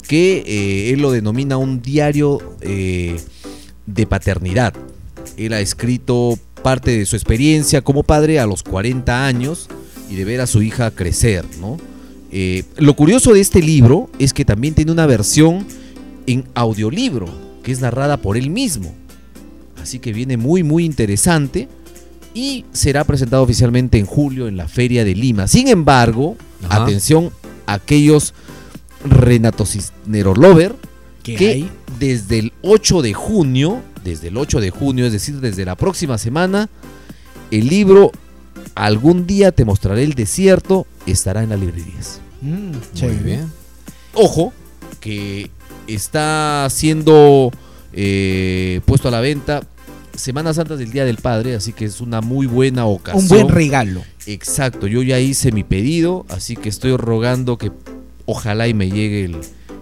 [SPEAKER 3] que eh, él lo denomina un diario eh, de paternidad. Él ha escrito parte de su experiencia como padre a los 40 años y de ver a su hija crecer, ¿no? Eh, lo curioso de este libro es que también tiene una versión en audiolibro, que es narrada por él mismo. Así que viene muy, muy interesante y será presentado oficialmente en julio en la Feria de Lima. Sin embargo,
[SPEAKER 4] Ajá.
[SPEAKER 3] atención a aquellos Renato Cisnero Lover
[SPEAKER 2] ¿Qué
[SPEAKER 3] que
[SPEAKER 2] hay?
[SPEAKER 3] desde el 8 de junio, desde el 8 de junio, es decir, desde la próxima semana, el libro Algún día te mostraré el desierto estará en las librerías.
[SPEAKER 2] Mm,
[SPEAKER 4] Muy
[SPEAKER 2] chévere.
[SPEAKER 4] bien.
[SPEAKER 3] Ojo, que está siendo eh, puesto a la venta Semanas antes del Día del Padre, así que es una muy buena ocasión.
[SPEAKER 2] Un buen regalo.
[SPEAKER 3] Exacto, yo ya hice mi pedido, así que estoy rogando que ojalá y me llegue el,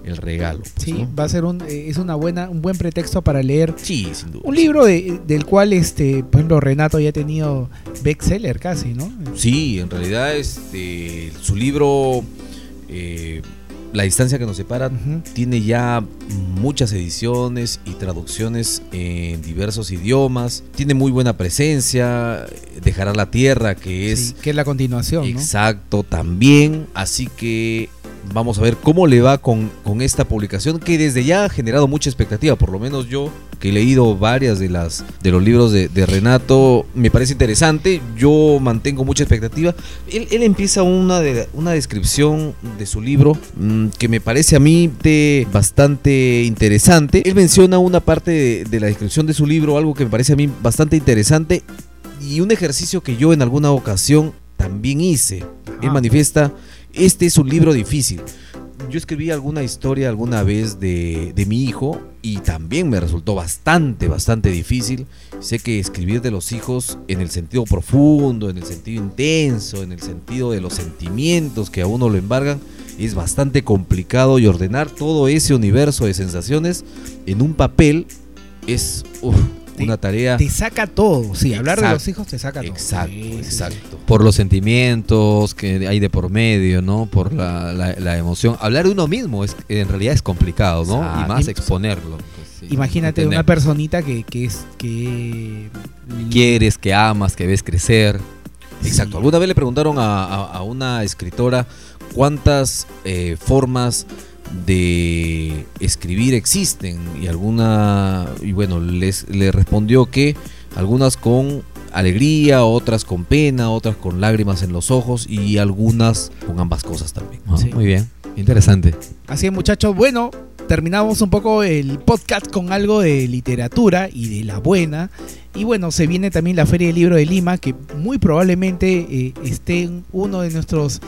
[SPEAKER 3] el regalo. pues,
[SPEAKER 2] Sí,
[SPEAKER 3] ¿no?
[SPEAKER 2] va a ser un, eh, es una buena, un buen pretexto para leer
[SPEAKER 3] Sí, sin duda.
[SPEAKER 2] un libro de- del cual, este, por ejemplo, Renato ya ha tenido bestseller casi, ¿no?
[SPEAKER 3] Sí, en realidad este, su libro eh, La distancia que nos separa tiene ya muchas ediciones y traducciones en diversos idiomas. Tiene muy buena presencia. Dejará la tierra, que es
[SPEAKER 2] Sí, que es la continuación, ¿no?
[SPEAKER 3] exacto también. Así que Vamos a ver cómo le va con, con esta publicación que desde ya ha generado mucha expectativa. Por lo menos yo, que he leído varias de las de los libros de, de Renato, me parece interesante. Yo mantengo mucha expectativa. Él, él empieza una, de, una descripción de su libro mm, que me parece a mí de- bastante interesante. Él menciona una parte de- de la descripción de su libro, algo que me parece a mí bastante interesante y un ejercicio que yo en alguna ocasión también hice. Él manifiesta, este es un libro difícil. Yo escribí alguna historia alguna vez de, de mi hijo y también me resultó bastante, bastante difícil. Sé que escribir de los hijos en el sentido profundo, en el sentido intenso, en el sentido de los sentimientos que a uno lo embargan, es bastante complicado y ordenar todo ese universo de sensaciones en un papel es uf, una tarea...
[SPEAKER 2] Te saca todo, sí, hablar de los
[SPEAKER 3] Exacto.
[SPEAKER 2] hijos te saca todo.
[SPEAKER 3] Exacto, exacto.
[SPEAKER 4] Por los sentimientos que hay de por medio, ¿no? Por la, la- la emoción. Hablar de uno mismo es, en realidad es complicado, ¿no? Y más exponerlo. pues, sí.
[SPEAKER 2] Imagínate
[SPEAKER 4] Entender.
[SPEAKER 2] una personita que, que es que
[SPEAKER 4] Quieres, que amas, que ves crecer.
[SPEAKER 3] Exacto. Alguna vez le preguntaron a, a- a una escritora cuántas eh, formas de escribir existen y alguna y bueno les le respondió que algunas con alegría, otras con pena, otras con lágrimas en los ojos y algunas con ambas cosas también.
[SPEAKER 4] Ah, Muy bien, interesante.
[SPEAKER 2] Así es, muchachos. Bueno, terminamos un poco el podcast con algo de literatura y de la buena. Y bueno, se viene también la Feria del Libro de Lima, que muy probablemente eh, esté uno de nuestros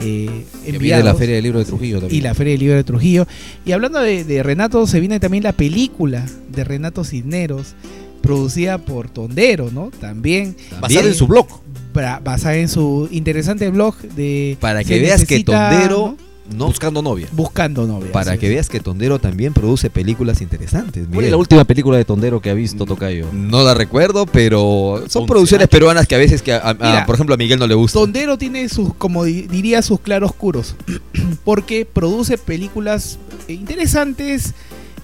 [SPEAKER 2] eh,
[SPEAKER 3] viene
[SPEAKER 2] enviados.
[SPEAKER 3] la Feria del Libro de Trujillo también.
[SPEAKER 2] Y la Feria del Libro de Trujillo. Y hablando de, de Renato, se viene también la película de Renato Cisneros, producida por Tondero, ¿no? También.
[SPEAKER 3] Basada en su blog.
[SPEAKER 2] Bra- Basada en su interesante blog de...
[SPEAKER 4] Para
[SPEAKER 2] Se
[SPEAKER 4] que veas que
[SPEAKER 2] necesita,
[SPEAKER 4] Tondero...
[SPEAKER 2] ¿no?
[SPEAKER 4] ¿no? Buscando
[SPEAKER 3] novia.
[SPEAKER 2] Buscando novia.
[SPEAKER 4] Para
[SPEAKER 2] así
[SPEAKER 4] que
[SPEAKER 2] es.
[SPEAKER 4] veas que Tondero también produce películas interesantes.
[SPEAKER 3] ¿Cuál es
[SPEAKER 4] Miguel.
[SPEAKER 3] la última película de Tondero que ha visto Tocayo?
[SPEAKER 4] No la recuerdo, pero son producciones peruanas que a veces, que a- a- a-
[SPEAKER 2] Mira.
[SPEAKER 4] por ejemplo, a Miguel no le gusta.
[SPEAKER 2] Tondero tiene sus, como di- diría, sus claroscuros, [CLEARS THROAT] porque produce películas eh, interesantes,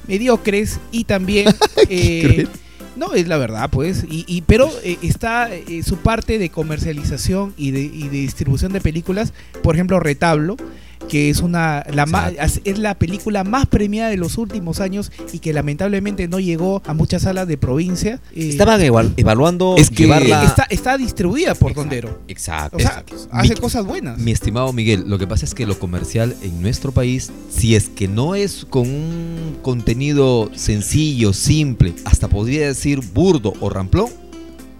[SPEAKER 2] mediocres y también... eh, no, es la verdad, pues. Y, y- pero eh, está eh, su parte de comercialización y de, y de distribución de películas, por ejemplo, Retablo que es una la ma- es la película más premiada de los últimos años y que lamentablemente no llegó a muchas salas de provincia. Eh,
[SPEAKER 3] Estaban eval- evaluando
[SPEAKER 4] Es que-
[SPEAKER 3] llevarla
[SPEAKER 2] está, está distribuida por Tondero.
[SPEAKER 3] Exacto.
[SPEAKER 2] O sea, hace cosas buenas.
[SPEAKER 4] Mi estimado Miguel, lo que pasa es que lo comercial en nuestro país, si es que no es con un contenido sencillo, simple, hasta podría decir burdo o ramplón,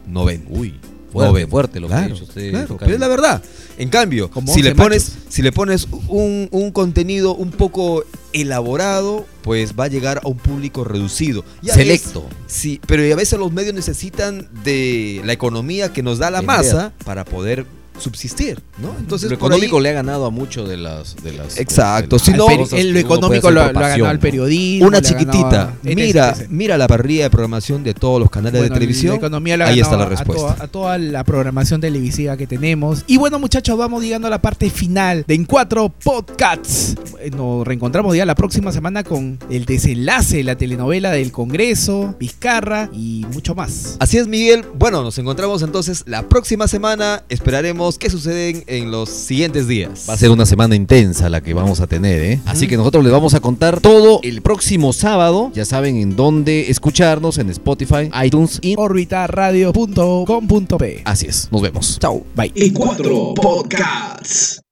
[SPEAKER 4] no ven. Uy,
[SPEAKER 3] fuerte, fuerte lo que ha
[SPEAKER 4] claro,
[SPEAKER 3] dicho usted,
[SPEAKER 4] Claro,
[SPEAKER 3] Tocayo.
[SPEAKER 4] pero es la verdad. En cambio,
[SPEAKER 3] Como
[SPEAKER 4] si
[SPEAKER 3] once
[SPEAKER 4] le pones, si le pones un, un contenido un poco elaborado, pues va a llegar a un público reducido. Y a veces-
[SPEAKER 3] Selecto.
[SPEAKER 4] sí, pero y a veces los medios necesitan de la economía que nos da la
[SPEAKER 3] Vender.
[SPEAKER 4] masa para poder subsistir, ¿no? Entonces,
[SPEAKER 3] lo
[SPEAKER 4] por ahí-
[SPEAKER 3] económico le ha ganado a mucho de las de las
[SPEAKER 4] Exacto,
[SPEAKER 3] de
[SPEAKER 4] si
[SPEAKER 3] las
[SPEAKER 4] no-
[SPEAKER 3] cosas
[SPEAKER 2] El- lo
[SPEAKER 3] que uno puede
[SPEAKER 2] económico
[SPEAKER 3] hacer
[SPEAKER 2] lo ha-
[SPEAKER 3] por
[SPEAKER 2] lo ha
[SPEAKER 3] pasión,
[SPEAKER 2] ganado el
[SPEAKER 3] ¿no?
[SPEAKER 2] periodismo,
[SPEAKER 4] una
[SPEAKER 2] le ha ganado
[SPEAKER 4] chiquitita.
[SPEAKER 2] a- etc,
[SPEAKER 4] mira,
[SPEAKER 2] etc.
[SPEAKER 4] mira la parrilla de programación de todos los canales
[SPEAKER 2] Bueno,
[SPEAKER 4] de televisión.
[SPEAKER 2] La economía la
[SPEAKER 4] ahí está la
[SPEAKER 2] ganó a
[SPEAKER 4] respuesta.
[SPEAKER 2] toda- A, toda la programación televisiva que tenemos. Y bueno, muchachos, vamos llegando a la parte final de En Cuatro Podcasts. Eh, Nos reencontramos ya la próxima semana con el desenlace de la telenovela del Congreso, Vizcarra y mucho más.
[SPEAKER 4] Así es, Miguel. Bueno, nos encontramos entonces la próxima semana. Esperaremos qué suceden en los siguientes días.
[SPEAKER 3] Va a ser una semana intensa la que vamos a tener, ¿eh? Así que nosotros les vamos a contar todo el próximo sábado. Ya saben en dónde escucharnos, en Spotify, iTunes y...
[SPEAKER 2] Orbitarradio.com.p
[SPEAKER 3] Así es, nos vemos. Chao.
[SPEAKER 2] Bye.
[SPEAKER 1] En cuatro podcasts.